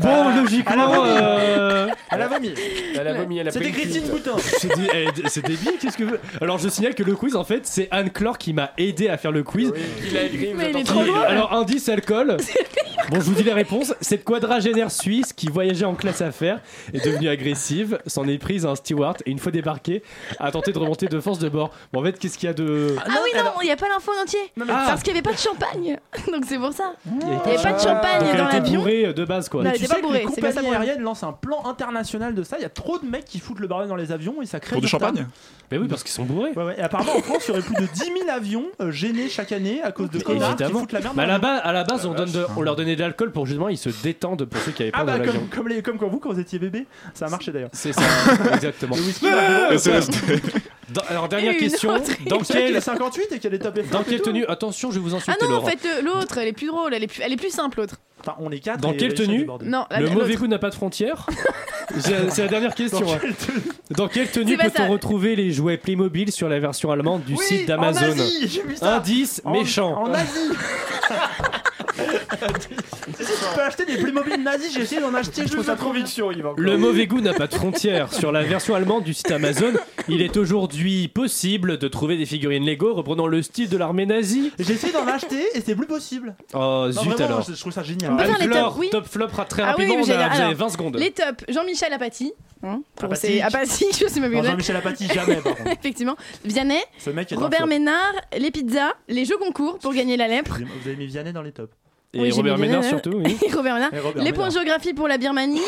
Bon, logiquement. euh,
Elle a vomi.
Elle a vomi, elle a
C'était
pris une
Christine
cuite.
Boutin.
C'est dé- eh, d- c'est débile, qu'est-ce que. Alors, je signale que le quiz, en fait, c'est Anne Clore qui m'a aidé à faire le quiz.
Il a écrit,
Mais il est
attends,
trop
Qui-
loin.
Alors, indice alcool. Bon, je vous dis les réponses. Cette quadragénaire suisse qui voyageait en classe affaires est devenue agressive, s'en est pris surprise à un steward et une fois débarqué, a tenté de remonter de force de bord. Bon, en fait, qu'est-ce qu'il y a de.
Ah oui, non, il n'y a pas l'info en entier.
mais- Ah.
Parce qu'il n'y avait pas de champagne. Donc c'est pour ça. Il
y
n'y avait pas de champagne
Ah. Donc, elle
Ah, dans
était
l'avion.
bourrée euh, de base, quoi.
Non,
Mais
elle
Bah, tu
était pas
sais que
bourrée,
les
c'est
compagnies
gagné, hein.
aériennes lancent un plan international de ça. Il y a trop de mecs qui foutent le bordel dans les avions et ça crée
Pour du
retard.
champagne Mais oui, parce qu'ils sont bourrés.
Ouais, ouais. Et apparemment, en France, il y aurait plus de 10 000 avions euh, gênés chaque année à cause de connards qui
Évidemment.
foutent la merde.
Mais à
dans Ah,
la
les-
base, à la base on, donne de- on leur donnait de l'alcool pour justement ils se détendent pour ceux qui avaient pas
Ah bah
dans l'avion.
comme, comme, les, comme quand vous quand vous étiez bébé, ça a marché d'ailleurs.
C'est ça, exactement.
Le whisky, Ah, c'est resté.
Dans- alors dernière question, dans
quel
quelle,
58 et quelle étape est
dans quelle tenue Attention, je vais vous
Ah
insulter,
non, en
Laurent.
fait, euh, l'autre, elle est plus drôle. Elle est plus, elle est plus simple, l'autre.
Enfin, on est quatre.
Dans
et
quelle
les chats
tenue
débordés.
Non, la-
Le mauvais
l'autre.
goût n'a pas de frontières C'est c'est la dernière question.
Bah, Dans
hein. Dans quelle tenue
C'est pas ça.
peut-on retrouver les jouets Playmobil sur la version allemande du
Oui,
site
en
d'Amazon
Asie, j'ai vu ça.
Indice
En-
méchant.
En Asie Si tu peux acheter des Playmobil nazis, j'ai essayé d'en acheter, je trouve ça trop vite sur
Le mauvais goût n'a pas de frontières. Sur la version allemande du site Amazon, il est aujourd'hui possible de trouver des figurines Lego reprenant le style de l'armée nazie.
J'ai essayé d'en acheter et c'est plus possible.
Oh
Non,
zut
vraiment,
alors.
Je, Ah, je trouve ça génial.
On peut
Anne
faire les
Flore,
tops, oui.
top flop ra- très
Ah oui,
rapidement,
mais
on a-
j'allais-
vous avez
alors,
20 secondes.
Les tops, Jean-Michel Apathy. Hein, pour
Apathy.
ses- Apathy, je sais même
Non,
plus.
Jean-Michel Apathy, jamais, par contre.
Effectivement. Vianney,
Ce mec est un
Robert
flop.
Ménard, les pizzas, les jeux concours pour gagner la lèpre.
Vous avez- Vous avez mis Vianney dans les tops.
Et
Oui, j'ai
Robert
mis Vianney,
Ménard
là.
surtout. oui.
Et Robert Ménard.
Et Robert
les
Ménard.
points de géographie pour la Birmanie.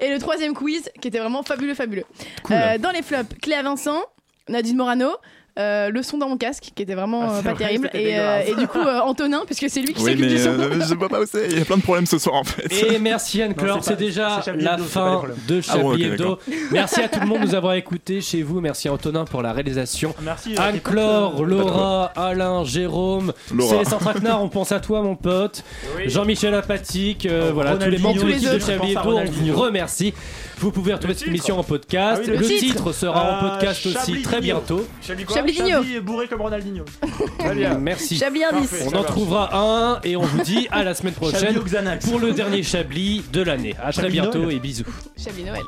et le troisième quiz qui était vraiment fabuleux, fabuleux.
Cool.
Euh, dans les flops, Cléa Vincent, Nadine Morano. euh, le son dans mon casque qui était vraiment
Ah, c'est
euh, pas
vrai,
terrible
c'était
et, euh,
dégueulasse.
et du coup euh, Antonin puisque c'est lui qui
Oui,
s'occupe du
mais
son
euh, je vois pas où c'est. Il y a plein de problèmes ce soir en fait.
Et merci Anne
Non,
Clore,
c'est
c'est
pas-
déjà
c'est Chablis
la
Hebdo, c'est pas les
fin
problèmes.
de
Ah bon, ok,
Chablis Hebdo.
d'accord.
Merci à tout le monde de nous avoir écoutés chez vous. Merci à Antonin pour la réalisation.
Merci, euh,
Anne
écoute,
Clore,
euh,
Laura, Alain, Jérôme.
Laura.
C'est Traquenard, on pense à toi mon pote. Jean-Michel Apatique, euh, voilà, tous les
Ronaldinho,
membres de
tous les
l'équipe de
autres, je
Chablis
pense à
Hebdo, on
Ronaldinho.
vous remercie. Vous pouvez retrouver cette émission en
Ah
podcast.
oui,
le, titre, sera
Euh,
en podcast aussi
Chablis
très
Digno.
bientôt.
Chablis quoi
Chablis Digno.
Chablis est bourré comme Ronaldinho.
Merci.
Chablis indice.
On en trouvera un et on vous dit à la semaine prochaine
Chablis au Xanax.
pour le dernier Chablis de l'année. À très
Chablis
bientôt
Noël.
et bisous.
Chablis Noël